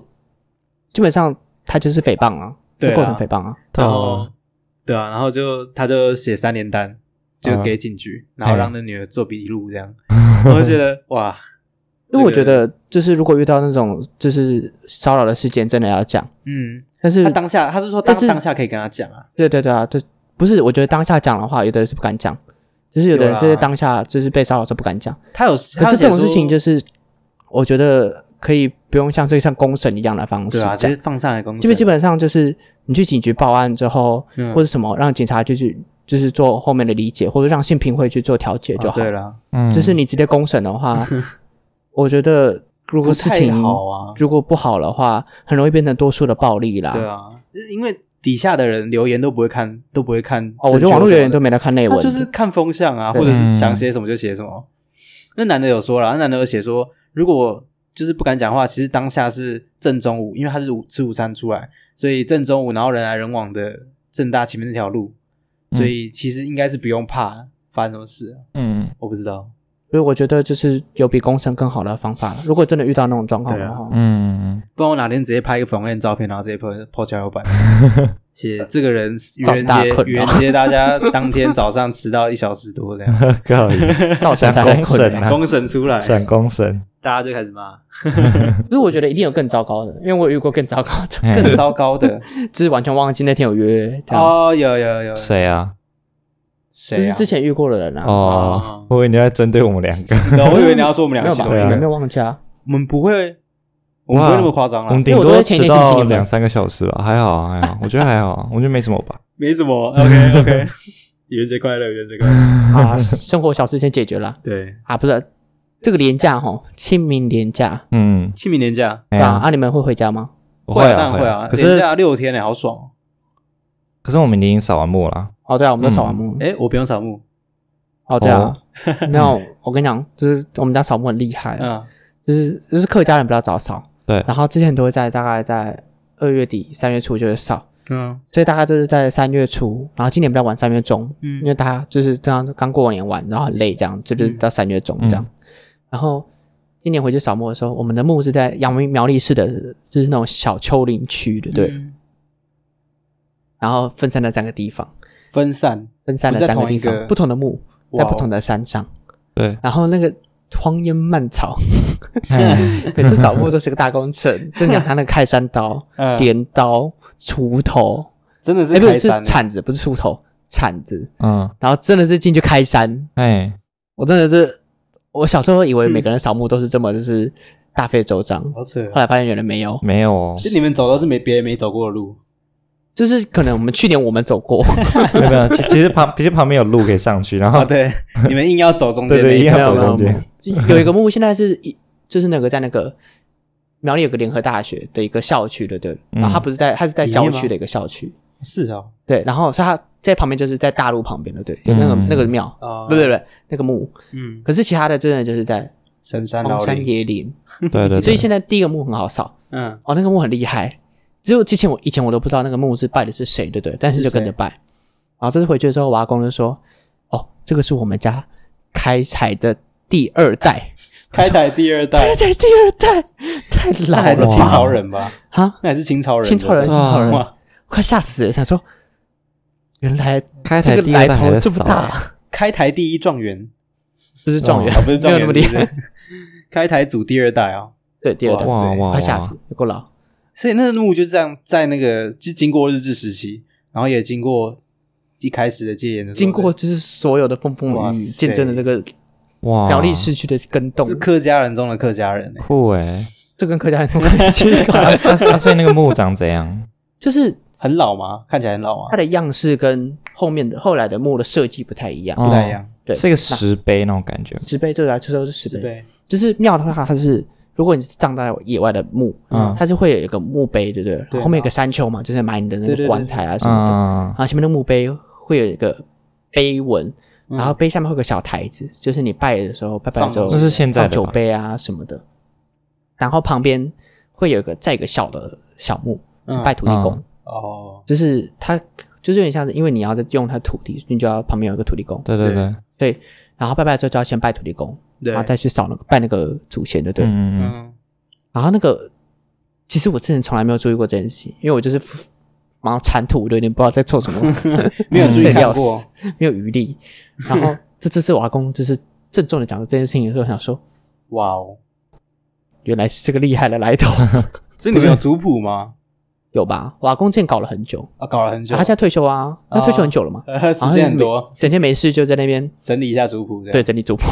基本上他就是诽谤啊，
对啊
就构成诽谤啊。
然
哦
后对啊，然后就他就写三联单，就给警
嗯
局，然后让那女的做笔录这样，我就觉得 哇，
因为我觉
这个
得，就是如果遇到那种就是骚扰的事件，真的要讲。
嗯，
但是
他，当下他是说当
但是
当下可以跟他讲啊，
对对对啊，对，不是，我觉得当下讲的话，有的人是不敢讲，就是有的人
有啊
是在当下就是被骚扰是不敢讲。
他有，
可是这种事情就是是，我觉得可以不用像这个像公审一样的方式
对啊，直
讲
接，放上来公
基本基本上就是你去警局报案之后，
嗯
或者什么让警察就去就是做后面的理解，或者让性平会去做调解就
就
好。
哦对了，
嗯，
就是你直接公审的 话，我觉得如果事情
不太好啊，
如果不好的话，很容易变成多数的暴力啦。
对啊，就是因为底下的人留言都不会看，都不会看。
哦，我觉得网络留言都
没
没来看内文
他，就是看风向啊，
对
或者是想写什么就写什么。那男的有说了，那男的有写说，如果就是不敢讲话，其实当下是正中午，因为他是午吃午餐出来，所以正中午，然后人来人往的正大前面那条路，
嗯
所以其实应该是不用怕发生什么事啊、
嗯
我不知道，
所以我觉得就是有比公审更好的方法了。如果真的遇到那种状况的 话，
嗯，
不然我哪天直接拍一个访问照片，然后直接破破交友版，写这个人愚
造成
人
大家
节
困扰
愚人节大家当天早上迟到一小时多这样。
可以，
造成大家
嗯想公
困
审
扰
啊。
公审出来，
闪光神，
大家就开始骂，
可是我觉得一定有更糟糕的，因为我有遇过更糟糕的，
更糟糕的
就是完全忘记那天有约，这样、
哦，有有有，
谁啊？
就
谁
是
啊
之？前遇过的人啊。
哦，我以为你在针对我们两个。
啊然后我以为你要说我们两
没
个
有
系
吧？
统
对啊
你
一
们
个
没有忘记啊？
我们不会，我们不会那么夸张
我们
啦，
顶
因为我都
多
是前一
迟
天提醒
到
你们
两三个小时吧，还好啊还 好，我觉得还好啊，我觉得没什么吧。
没什么。OK OK，元节快乐，元节快乐。
啊，生活小事先解决了
对，
啊，不是这个年假哈，清明年假，
嗯，
清明年假
哎
对啊，
呀，
啊，你们会回家吗？
我会
当
啊
然会啊，
可
年
是
假六天呢，好爽哦。
可是我们已经扫完墓了，
哦，对啊，我们都扫完墓。
嗯
哎，我不用扫墓，
哦，对啊，没有，我跟你讲，就是我们家扫墓很厉害，啊
嗯，
就是就是客家人比较早扫，
对
然后之前都会在大概在二月底三月初就会扫，
嗯
所以大概都是在三月初，然后今年比较晚三月中，
嗯
因为大家就是这样刚过完年完，然后很累这样，就就是
嗯
到三月中这样。然后今年回去扫墓的时候，我们的墓是在阳明苗栗市的，就是那种小丘陵区的，对。
嗯
然后分散在三个地方，
分散，
分散
不
在
是在
三
同
地
一个
方，不同的墓在
哇哦
不同的山上，
对，
然后那个荒烟蔓草，
嗯
每次扫墓都是个大工程，就你看他那个开山刀、
嗯，
镰刀、锄头，
真的是
哎，不
开
是是
山欸，
铲子，不是锄头，铲子，
嗯，
然后真的是进去开山，
哎，
我真的是，我小时候以为每个人扫墓都是这么就是大费周章，
好扯哦。
后来发现原来没有，
没有哦，
就你们走都是没别人没走过的路，
就是可能我们去年我们走 过，
没有没有，其其实旁其实旁边有路可以上去，然
啊，
哦
后
对，你们硬要走中间
对
那，
对，一样
没有
走
没有
中间，
有一个墓现在是一就是那个在那个苗栗有个联合大学的一个校区的，对不对，
嗯
然后它不是在它是在
里面
郊
吗
区的一个校区，
是哦，
对，然后所以它在旁边就是在大路旁边的，对，有那个
嗯
那个庙，
啊，
不对不对，那个墓，
嗯，
可是其他的真的就是在
深山老
荒山
林，
野岭，
对对
所以
对，
现在第一个墓很好扫，
嗯，
哦，那个墓很厉害。只有之前我以前我都不知道那个墓是拜的是谁，对不对？但是就跟着拜。然后这次回去的时候，我阿公就说：“哦，这个是我们家开采的第二代，
开台第二代
开，采第二代，太
那还
老
是
了
清
吧
朝人吧？
啊！
那还是清朝人的，
清朝人，哦
是
清
吧
朝人，
哇，
快吓死了！想说，原来
开
这
采
个
第
来
一代还
头
在
这么
扫，
大，
开台第一状元，
不是状元
啊，，不是
没
状
有
元，
那么厉害
是。不是， 开台组第二代啊，
对，第二代，
哇哇哇
快，吓死，有够老。
所以那个墓就这样，在那个就经过日治时期，然后也经过一开始的戒严的时候，
经过就是所有的风
哇
风雨雨，
塞
见证了这个
哇，
苗栗市区的跟动
是，客家人中的客家人欸，
酷哎，
这跟客家人有关系。
啊啊啊所以那个墓长怎样？
就是
很老吗？看起来很老吗
它？的样式跟后面的后来的墓的设计不太一样。
哦
不太一样，
对，
是一个石碑那种感觉吗，
石碑对啊，就说是石
是
碑，
呗，
就是庙的话，它是如果你是葬在野外的墓，
嗯
它是会有一个墓碑，对不对？
对
后面有个山丘嘛，就是埋你的那
对对
个
对
棺材啊什么的。
嗯
然，后前面的墓碑会有一个碑文，
嗯
然后碑下面会有个小台子，就是你拜的时候拜拜
放
之后
那是现在
放
的
酒
吧？
杯啊什么的。然后旁边会有一个再一个小的小墓，是
嗯
拜土地公。
嗯
哦，
就是它就是有点像是，因为你要在用它土地，你就要旁边有一个土地公，
对对对，
对，然后拜拜的时候就要先拜土地公，
对
然后，再去扫那个拜那个祖先，对不对？
嗯嗯
嗯，
然后那个其实我之前从来没有注意过这件事情，因为我就是忙铲土，对，有点不知道在做什么，
没有注意
累得
看
要
过
死，没有余力。然后这这次我阿公就是郑重的讲了这件事情的时候，我想说
哇哦，
原来是这个厉害的来 头，
所以你们有族谱吗？
有吧？我阿公之前搞了很久，
啊，搞了很久，
他现在退休啊，他退休很久了嘛，
呃 时间很多，
整天没事就在那边
整理一下族谱这样，
对整理族谱。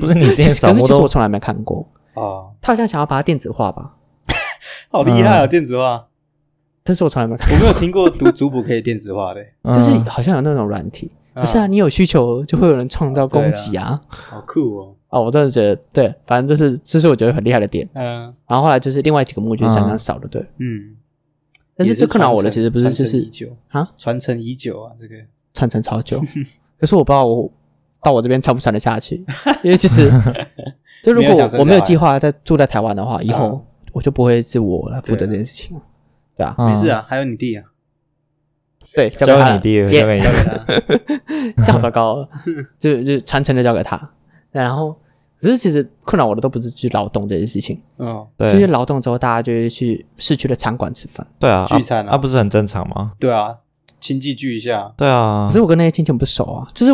不是你之
其
前
实
扫
嗯可是
墓
其实
都
我从来没看过，
哦，
他好像想要把它电子化吧，
好厉害啊，电子化，嗯
但是我从来没看，
我没有听过读族谱可以电子化 的，
就是
嗯
好像有那种软体，
嗯
不是啊，你有需求就会有人创造供给啊。
好酷哦，
哦，我真的觉得对，反正这是这是我觉得很厉害的点。
嗯
然后后来就是另外几个墓就是上刚扫的，对。
嗯，
但是
也是
最困扰我的其实不是
传
就
承
是
已久
啊，
传承已久啊，这个
传承超 久，可是我不知道我到我这边传不传得下去，因为其 实就如
没有
果
想生
我没有
小孩
计划在住在台湾的话，以后
嗯
我就不会是我来负责
对啊
这件事情了，对啊，
嗯
没事啊，还有你弟 啊，
对，交
交
给他
给
了
你弟了，
耶
交给你
交给 他，
这样糟糕了，就就传承的交给他。然后，只是其实困扰我的都不是去劳动这件事情，
嗯，
这些
对
劳动之后，大家就会去市区的餐馆吃饭。
对啊，
聚餐啊
啊，不是很正常吗？
对啊，亲戚聚一 下，
对啊
可，是我跟那些亲戚不熟啊，就是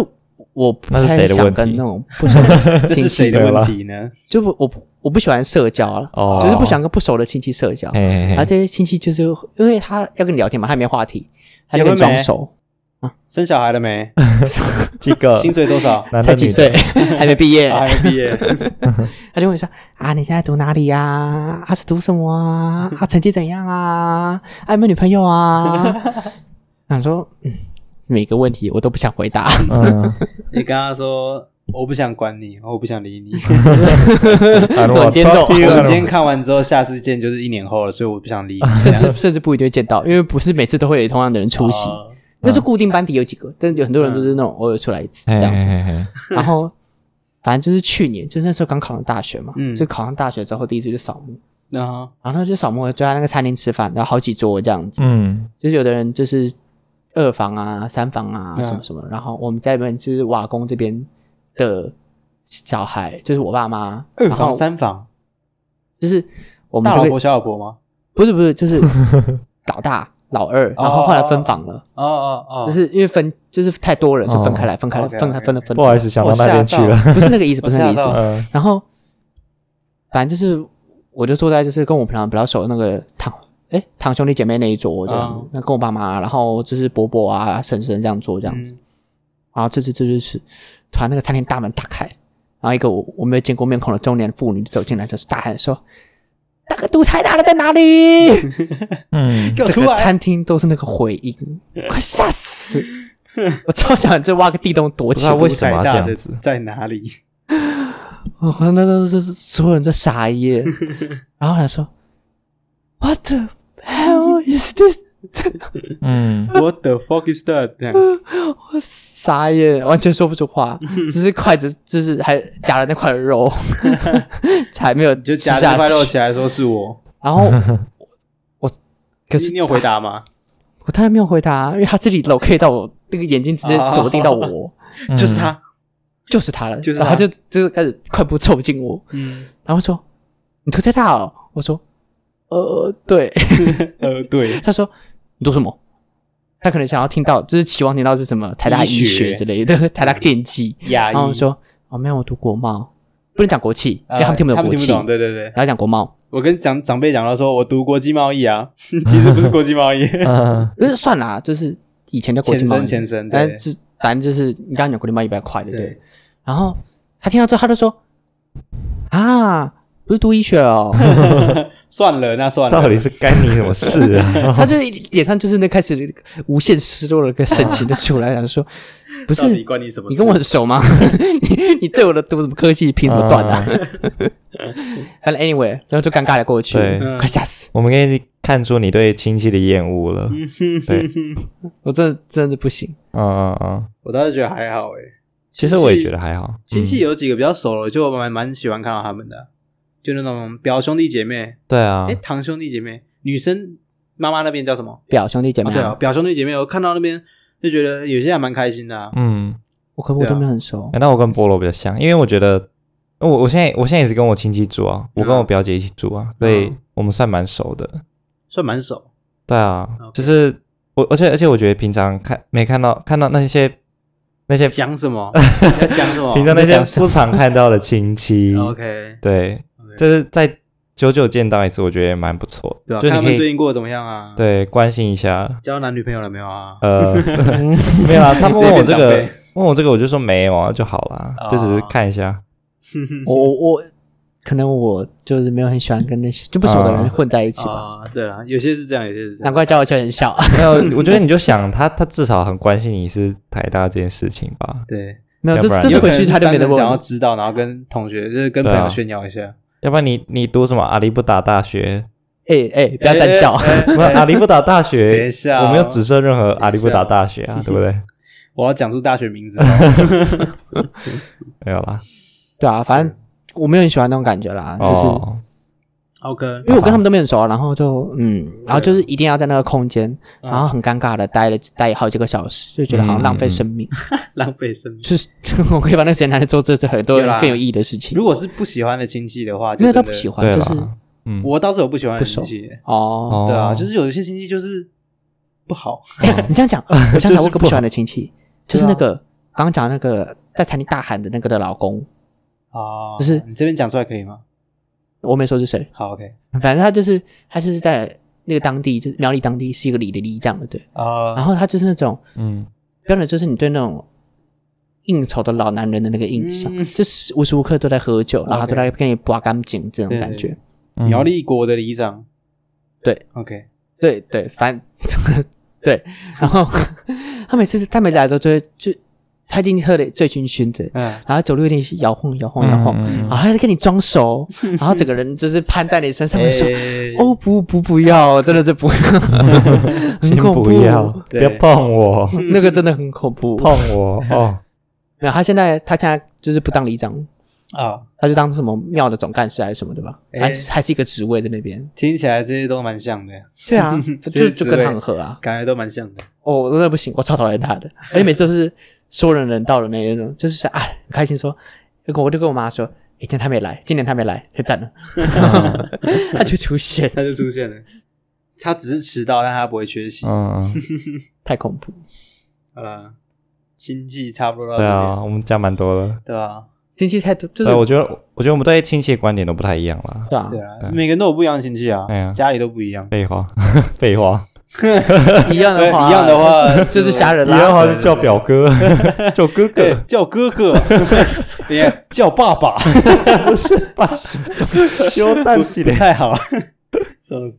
我不
那是
太
谁的
想
问题
跟那种不熟的
这
亲
是谁
戚
的
对
问
了
题呢？
就不我不我不喜欢社交了，
哦
就是不想啊跟不熟的亲戚社交。
嘿嘿
然后
嘿，
这些亲戚就是因为他要跟你聊天嘛，他也没话题，他就跟你
结
装
婚没
熟
生小孩了 没？
几个
薪水多 少？
哎男的
才几
女的
岁， 还没毕 业，
啊还没毕 业，
他就问说啊，你现在读哪里呀、啊？啊，是读什么啊？啊，成绩怎样啊？啊，有没有女朋友啊？ 想说，嗯，每个问题我都不想 回答。
嗯，
你跟他说我不想管你，我不想 理你。
I don't wanna
乱颠
talk
倒
to
我
you, I
们
don't-
今天看完之后，下次见就是一年后了，所以我不想理你。
甚
啊
至甚至不一定会见到，因为不是每次都会有同样的人出席，
啊
哦
那是固定班底有几个，但是有很多人都是那种偶尔出来一次
嗯嘿
这样
嘿
子。
嘿嘿，
然后反正就是去年，就是那时候刚考上大学嘛，
嗯
就考上大学之后第一次去扫墓，
然后
然后就扫墓就在那个餐厅吃饭，然后好几桌这样子，
嗯
就是有的人就是二房啊、三房啊
嗯
什么什么，然后我们家里面就是瓦工这边的小孩，就是我爸妈，
二
然
房
后
三房，
就是我们
大
这
老
个
婆小老婆吗？
不是不是就是 老大老二，然后后来分房了。
哦哦哦，
就是因为分就是太多人，就分开来，
哦
分开来，
OK，OK
分开分了分。
不好意思，，想到
我
那边去
吓到
了。
不是那 个意思，不
我
是那个
吓
意思
到。了，
嗯
然后反正就是，我就坐在就是跟我平常比较熟的那个堂，哎，堂兄弟姐妹那一桌，这样
嗯，
那跟我爸妈，然后就是伯伯啊、婶婶这样坐这样子。
嗯
然啊后这次这就是，突然那个餐厅大门打开，然后一个我我没有见过面孔的中年妇女走进来，就是大喊说：“那个赌太大了在哪里？”
嗯，
给我出
整个
来！
餐厅都是那个回音，快吓死！ 我超想就挖个地洞躲
不知
起
道
来。
为什么要这样
舞台大
子
的。在哪里？
哦，那都是所有人都傻眼， 然后他说：“What the hell is this？”
嗯
What the fuck is that？这样
我傻眼，完全说不出 话，只是筷子就是还夹了那块肉，才没有
你就
吃
夹着
下
块肉
去。
起来说是我，
然 后我，可
你
是
你有回答吗？
我当然没有回答，因为他自己 locate 到我那个眼睛直接锁定到我，
嗯
就是 他，
啊就是他了，
就是
然
他
后就就是开始快步凑近我，
嗯，
然后说：“你推太大哦。”我说：“呃，对。
呃，对”，
他说：“你做什么？”他可能想要听到，就是期望听到是什么台大医
医学
学之类的，台大电机。
牙医
然后我说：“哦，没有，我读国贸，不能讲国企，因为啊他们听不
呃
懂国企，
对对对，
然后讲国贸。
我跟长长辈讲到说，我读国际贸易啊， 其实不是国际贸易，
嗯，
就是算啦，就是以前叫国际
前
贸易
身，前身，
但
对
是反正就是你刚刚讲国际贸易比较快的，对
对。，
然后他听到之后，他就说：‘啊，不是读医学 哦。’
算了，那算了，
到底是干你什么事 啊？
他就脸上就是那开始无限失落的一个神情就出来，想说：“不
到底
是
关你什么事？
你 跟我很熟吗？ 你你对我的读什么科技凭什么断啊？”
嗯
反正 anyway，然后就尴尬的过去
对，
嗯
快吓死！
我们可以看出你对亲戚的厌恶了。
嗯
对，
我真的真的不行。
嗯嗯嗯，
我倒是觉得还好诶，
其实我也觉得还好。
亲戚
嗯
有几个比较熟了，就蛮蛮喜欢看到他们的，就那种表兄弟姐妹，
对啊
哎，，堂兄弟姐妹，女生妈妈那边叫什么？
表兄弟姐
啊
妹
对啊，，表兄弟姐妹，我看到那边就觉得有些还蛮开心的啊，
嗯，
我可
啊
我都没有很 熟
哎，那我跟菠萝比较像，因为我觉得我我现在我现在也是跟我亲戚住啊，我跟我表姐一起住啊，所以
嗯
我们算蛮熟的。
算蛮熟。
对啊，
OK
就是我，而且而且我觉得平常看没看到看到那些那些
讲 什么？要哦讲什么？哦
平常那
你在
些
讲什
不常看到的亲戚，
OK，
对，
OK
就是在久久见到一次，我觉得也蛮不错。
对啊，
就
看
你
他
可
们最
以
近过得怎么样啊？，
对关心一下。
交男女朋友了没有啊？
呃，
嗯
没有啊，他们问我这
你直接
个
变长
问我这个，我就说没有啊就好啦，
哦
就只是看一 下。
我我可能我就是没有很喜欢跟那些就不熟的人
啊
混在一起吧，
啊，对了，有些是这样，有些是这
难
样。
怪交友圈很 小。
没有，我觉得你就想他，他至少很关心你是台大这件事情吧，
对，
没有，这
要不然
这次
有
回去他就没得
有可能是单纯
问
想要
我。
知道，然后跟同学就是跟
对
朋
啊
友炫耀一下。
要不然你你读什么阿里不达大学？
哎哎，不要站
哎
笑。
哎
不是 阿里不达大
等一
学，
下哦，
我没有指涉任何阿里不达大学
等
啊
一，下
对不对？
我要讲出大学 名字。
没有啦，
对啊，反正我没有很喜欢那种感觉啦，就是。
哦，
OK，
因为我跟他们都没有很熟啊，然后就嗯，然后就是一定要在那个空间，
嗯
然后很尴尬的待了待好几个小时，就觉得好像浪费生
嗯
命。
浪费生命。
就是 我可以把那个时间拿来做这这很多
有啦
更有意义的事情
如。果是不喜欢的亲戚的话，就
没有
真
他不
的
喜欢，
对
就是
啦，嗯，
我倒是有不喜欢的
不熟
亲戚，
哦，
哦
对啊，就是有一些亲戚就是不好，
哎呀 你这样讲，我想起来我有个不喜欢啊的亲戚，就
就
是是
不
那个刚刚讲那个在餐厅大喊的那个的老公，
哦，
就是
你这边讲出来可以吗？
我没说是谁，
好，OK，
反正他就是他就是在那个当地，就是苗栗当地是一个里的里这样的对，
啊
然，后他就是那种
嗯
标准就是你对那种应酬的老男人的那个印象，
嗯
就是无时无刻都在喝酒，然后
OK
都在跟你拔干净这种
对
感觉。
嗯
苗栗国的里长，
对
，OK，
对对，反 对，然后他每次他每次来都就会就他已经喝的醉醺醺的，
嗯，
然后走路有点摇晃摇晃摇晃，
嗯嗯嗯
然后他在跟你装熟，然后整个人就是攀在你身上，说
哎
哦不不不要，真的是不要，很
嗯 先
恐
不
怖，
要，不要
对
碰我，
那个真的很 恐怖。
碰我哦，
没有，他现在他现在就是不当里长，
啊，
他就当什么庙的总干事还是什么的吧，
哎
还是还是一个职位在那边。
听起来这些都蛮像的，
对啊，就就跟
职位
他很合啊。
感觉都蛮像 的。
哦，我真的不行，我超讨厌他的，而且每次都是说人人到人那一种，就是啊很开心说，我就跟我妈说，哎，今天他没来，今年他没来，太赞了， 他就出现，
他就出现 了。他只是迟到，但他不会缺席。
嗯，
太恐怖。
好啦，经济差不多到这
对啊，
边，
我们讲蛮多了。
对啊，
亲戚太多，就
对，啊我
是
觉得，我觉得我们对亲戚的观点都不太一样啦。
对啊，
对啊，每个人都有不一样的亲戚啊
哎呀，
家里都不一样。
废话， 废话，
一样的话，
一样 的 话
就是
就
吓人
一
啦。
样的话就叫表哥，叫哥
对
哥，，
叫哥 哥，别叫爸爸，
不是把什么东西 修蛋几
不
的。啊
太好。 笑死。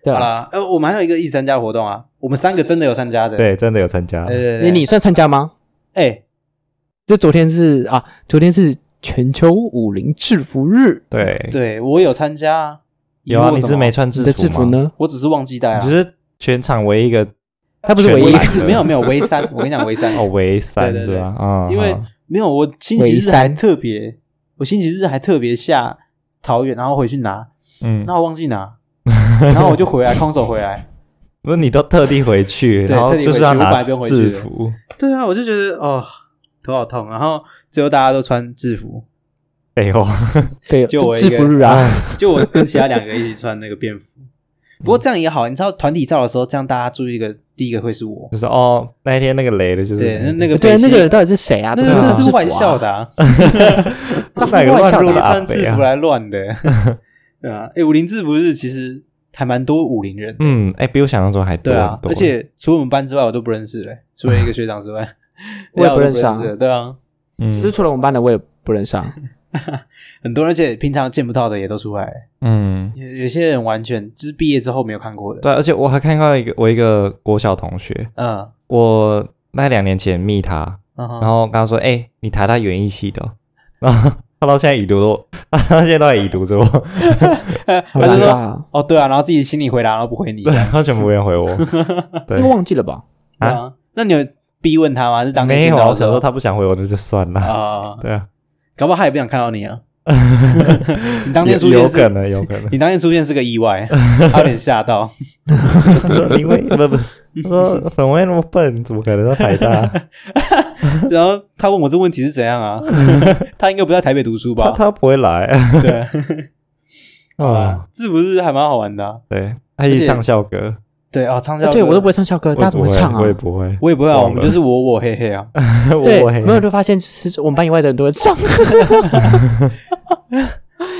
对啊
好
吧？
啦，呃，我们还有一个一起参加活动啊，我们三个真的有参加的。
对，啊真的有参加
对，，对
你
对，
你算参加吗？
哎，
就昨天是啊，昨天是全球武林制服日，
对，
对我有参加啊。
有啊，
遗落
你
什么
是没，穿制
你的制
服
服
吗？
呢？
我只是忘记带啊
你。是全场唯一一个
它不是唯一一个
全蓝的
没有没有，唯三，我跟你讲，唯三，
哦，唯三
对对
是
对
吧？啊，
因为
好
没有，我星期
尾
日还
三
特别，我星期日还特别下桃园，然后回去拿，
嗯，
那我忘 记拿，然后我就回来空手回来。
不是你都特地回去，
对
然后
特地
就是
回去
要
我本
拿
来不用回去
制
的
服，
对啊，我就觉得哦，头好痛。啊然后最后大家都穿制服，
废话，
对，
就
就
我一
制
个
服日啊，
就我跟其他两个一起穿那个便服。不过这样也好，你知道团体照的时候，这样大家注意一个，第一个会是我
就。是哦，那一天那个雷的就是
对，那那
个
个
对啊
北
那
西
个人到底是谁啊？
那
都
对
穿
啊
个
制
是
服啊
玩笑的，啊，
哪个乱入
别
的阿
穿
北
制
啊
服？来乱的。对啊，哎，武林制服日其实还蛮多武林人的。
嗯，哎，比我想象中还多
对
很
啊，
多，
而且除了我们班之外，我都不认识嘞、除了一个学长之外，
我也
其他
不认识啊
都了对啊，
嗯
就是除了我们班的我也不认识 啊。
很多人，而且平常见不到的也都出来了，
嗯，
有有些人完全就是毕业之后没有看过的。
对，啊而且我还看到一个我一个国小同学，
嗯，
我那两年前密他，
然
嗯
后
然后跟他说，哎，你台大园艺系的哦，然后他到现在已读都， 他现在都在已读着我，
嗯好
他就
尴尬
说
啊，
哦对啊，然后自己心里回答，然后不回你。
对他全部没有 回我，对
应该忘记了吧？
对啊，那你有逼问他吗？是当
没有啊，
啊，
我想说他不想回我那就算了，
啊，
对啊，
搞不好他也不想看到你啊。你当天出
有有
现
可
是，
能有可 能。
你当天出现是个意外，他有点吓到。
他说你为不不，他 说粉薇那么笨，怎么可能到台大？
然后他问我这问题是怎样啊？他应该不在台北读书
他
吧？
他不会来
对。
啊、
啊，制服日还蛮好玩的啊、
对，他一直唱校歌，
对啊，唱
哎
校
对我都不
会，
会唱校歌，大家怎么
我也不
唱啊
我？也不会，
我也不会啊，
忘
我
了
们就是我我嘿嘿啊，
我
对，
也
没有就发现是我们班以外的人都会唱，
所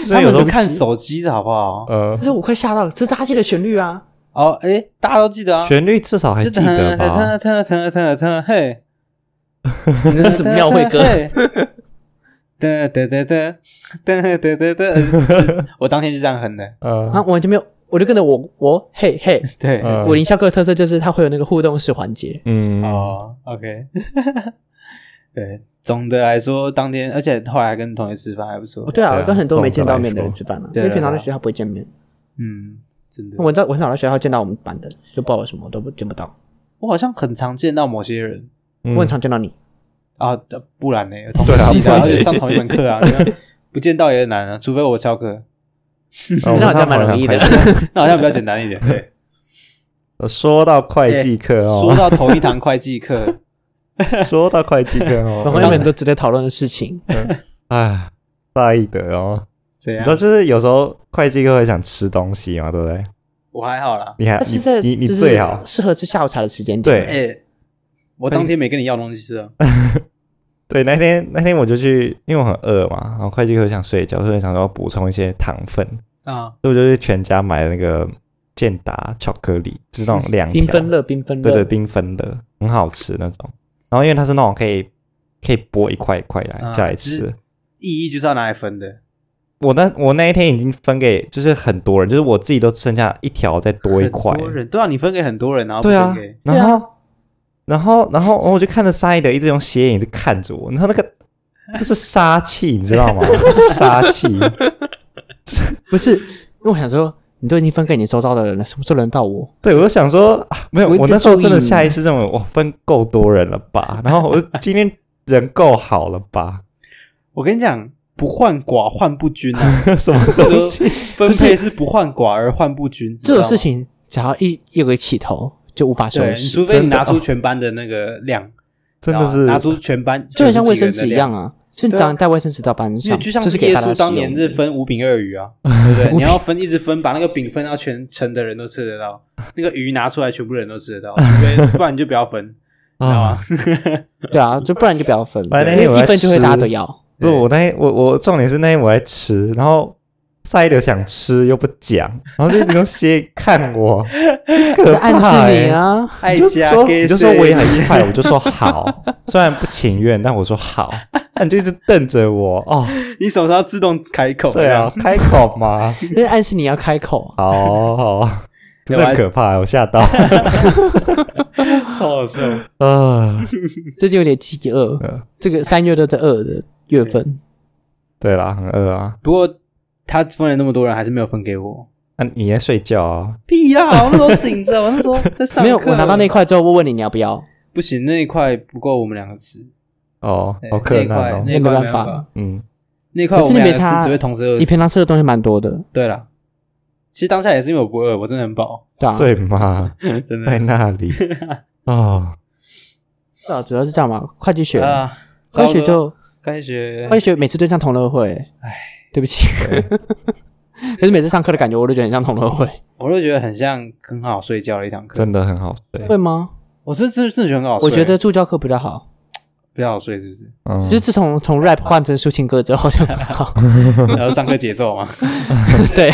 他
以有
们
时候
是看手机的好不好？
呃
可 是我快吓到了，这是大家记得旋律 啊。
哦，哎，大家都记得啊，
旋律至少还
就
记得吧？
腾腾腾腾腾嘿，
你这是什么庙会 歌？
嘿？哒哒哒哒哒哒哒哒，我当天就这样哼的，
啊，
呃，
我就没有，我就跟着我我嘿嘿，
对，
嗯
武林校歌的特色就是它会有那个互动式环节，
嗯，
哦，OK，对，总的来说，当天，而且后来还跟同学吃饭，还不错
哦，，对啊，
对啊
我跟很多没见到面的人吃饭了，因
对啊
为平常在学校不会见面。
嗯，真的，
我在我很少在学校见到我们班的，就不知道为什么我都不见不到。
我好像很常见到某些人，
嗯
我很常见到你，
啊，呃不然呢？有同
对啊
系
不
的，
然
而
嘞
且上同一门 课啊，你看不见到也很难啊，除非我翘课，
哦我
那
上
好像蛮
网
容易的
上。快
那好像比较简单一点。对，
呃说到会计课
说
哦，
到同一堂会计课，
说到会计课
然后有很
哦，
多值得讨论的事情。
哎，大一德哦，
怎
你
样
知？道就是有时候会计课会想吃东西嘛，对不对？
我还好啦。
啊你还
但是在
你你你
就是
最好
适合吃下午茶的时间
对
点。
哎，我当天没跟你要东西吃啊。
对，那天那天我就去，因为我很饿嘛，然后会计课想睡觉，所以想说要补充一些糖分，
啊，
所以我就去全家买了那个健达巧克力，就是那种两条
缤纷乐，缤纷乐，
对对，缤纷的，很好吃那种。然后因为它是那种可以可以剥一块一块来
啊
下来
就是
吃。
意义就是要拿来分的，
我那我那一天已经分给就是很多人，就是我自己都剩下一条再多一块
很。多人对啊，你分给很多人，然后不
对啊
分给，
然后、然后然后然后我就看着沙溢的一直用斜眼一直看着我，然后那 个那是杀气，你知道吗？那是杀 气。
不是，因为我想说，你都已经分给你周遭的人了，什么时候轮到我？
对，我就想说啊，没有，
我一
我
直
那时候
注意
真的
你
下意识认为我分够多人了吧，然后我就今天人够好了吧，
我跟你讲，不患寡患不均啊，
什么
这
东
个
西？
分配是不患寡而患不均，
这种
知道吗
事情只要一一有个起头，就无法收
对，
拾，
除非你
真的
拿出全班的那个量，
真的
知道吗
是
啊拿出全班，
就很像卫
90
生
几
纸
个人的
一
量
样。啊。就你
对啊
只要带卫生纸到班
就
上，
就像
这是
耶
给大家
稣
使
当
用
年
的
是分五饼二鱼 啊，对不对？你要分一直分，把那个饼分到全城的人都吃 得到，那个鱼拿出来全部人都吃得到，因为不然你就不要分，知道吗
啊！？
对啊，就不然就不要分，
反正
因
我
为
在
一分就会
吃
大家都要。
不是，我那天我我重点是那天我在吃，然后塞德想吃又不讲，然后就你用斜眼看我，可
在
怕、
暗示你
欸。
啊，
爱
你就
家
说
给
你就说我也很快，我就说好，虽然不情愿，但我说好，那你就一直瞪着我哦，
你手上自动开口，
对啊，开口嘛，
在暗示你要开口。啊
好好，
对
这
我还
很可怕，欸我吓到，
这样，超好笑。
啊，
最近有点饥饿
嗯，
这个三月都在饿的月份，
对啦，很饿啊，
不过他分了那么多人，还是没有分给我。
那、你在睡觉啊？
屁啦！我那时候醒着，我那时候在上课。
没有我拿到那块之后，我问你你要不要，
不行，那一块不够我们两个吃，
哦
对，
好困难哦
啊那，
那
一
没
块
办
没
法
法，
嗯，
那一块
可
我
是你
们
没
两个
差啊
吃只会同时饿
你
死
平。常吃的东西蛮多的，
对了，其实当下也是因为我不饿，我真的很饱，
对啊，
对 嘛，
真
在
的。
那 里哦，
对啊，主要是这样嘛。会计学，
啊，
会计学就
开学
会计学每次都像同乐会，哎，对不起。 可是每次上课的感觉，我都觉得很像同乐会，
我就觉得很像很好睡觉的一堂课。
真的很好睡，
会吗？
我是真的真的觉得很好
我
睡，
觉得助教课比较好，
比较好睡，是不 是？
嗯，
就是自从从 rap 换成抒情歌之后就不 好。
然后上课节奏嘛，
对，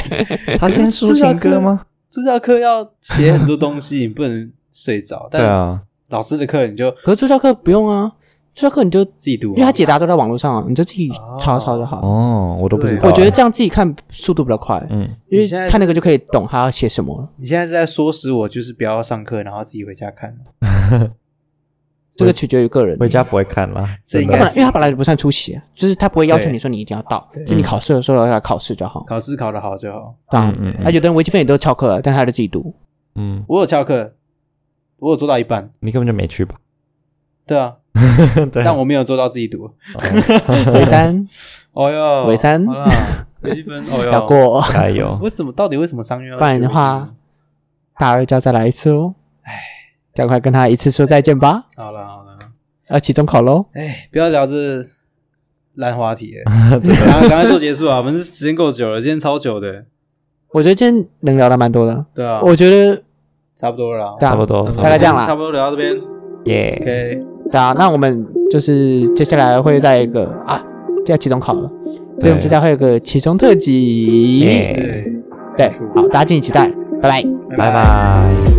他先抒情歌吗？
助教课要写很多东西，你不能睡着。
对
但
啊，
老师的课你就
可是助教课不用啊，助教课你就
自己读嘛，
因为他解答都在网络上啊，你就自己抄抄就好。
哦，我都不知道，
我觉得，这样自己看速度比较快，
嗯，
因为
你现在
看那个就可以懂他要写什么了。
你现在是在唆使我，就是不要上课，然后自己回家看。
这个取决于个人。
回家不会看啦，真
这应
他
的
本
该
来，因为他本来就不算出席啊，就是他不会要求你说你一定要到，就你考试的时候要来考试就好。
考试考得好就好。
对啊
嗯嗯，嗯
啊，有的人微积分也都翘课了，但他就自己 读。
嗯，
我有翘课，我有做到一半。
你根本就没去吧？
对啊，
对啊，
但我没有做到自己读。
尾 三
哦哟，
尾三
好啦微 积分，哦哟，
要。过，
加油，
为什么？到底为什么商月要学
不然的话
微积
大二就要再来一次哦。唉，赶快跟他一次说再见吧，
分？好了好了，
要期中考喽。
哎，不要聊这烂话 题了，赶快赶快做结束啊！我们是时间够久了，今天超久的。
我觉得今天能聊的蛮多的，
对啊，
我觉得
差不多了啦。
对
差
啊
不，多，
大概这样啦
差不多聊到这边。
耶，
OK，
对啊，那我们就是接下来会在一个啊，要期中考了，所以我们接下来会有个期中特辑，
耶
对，
对，好，大家敬请期待，拜拜。
拜拜。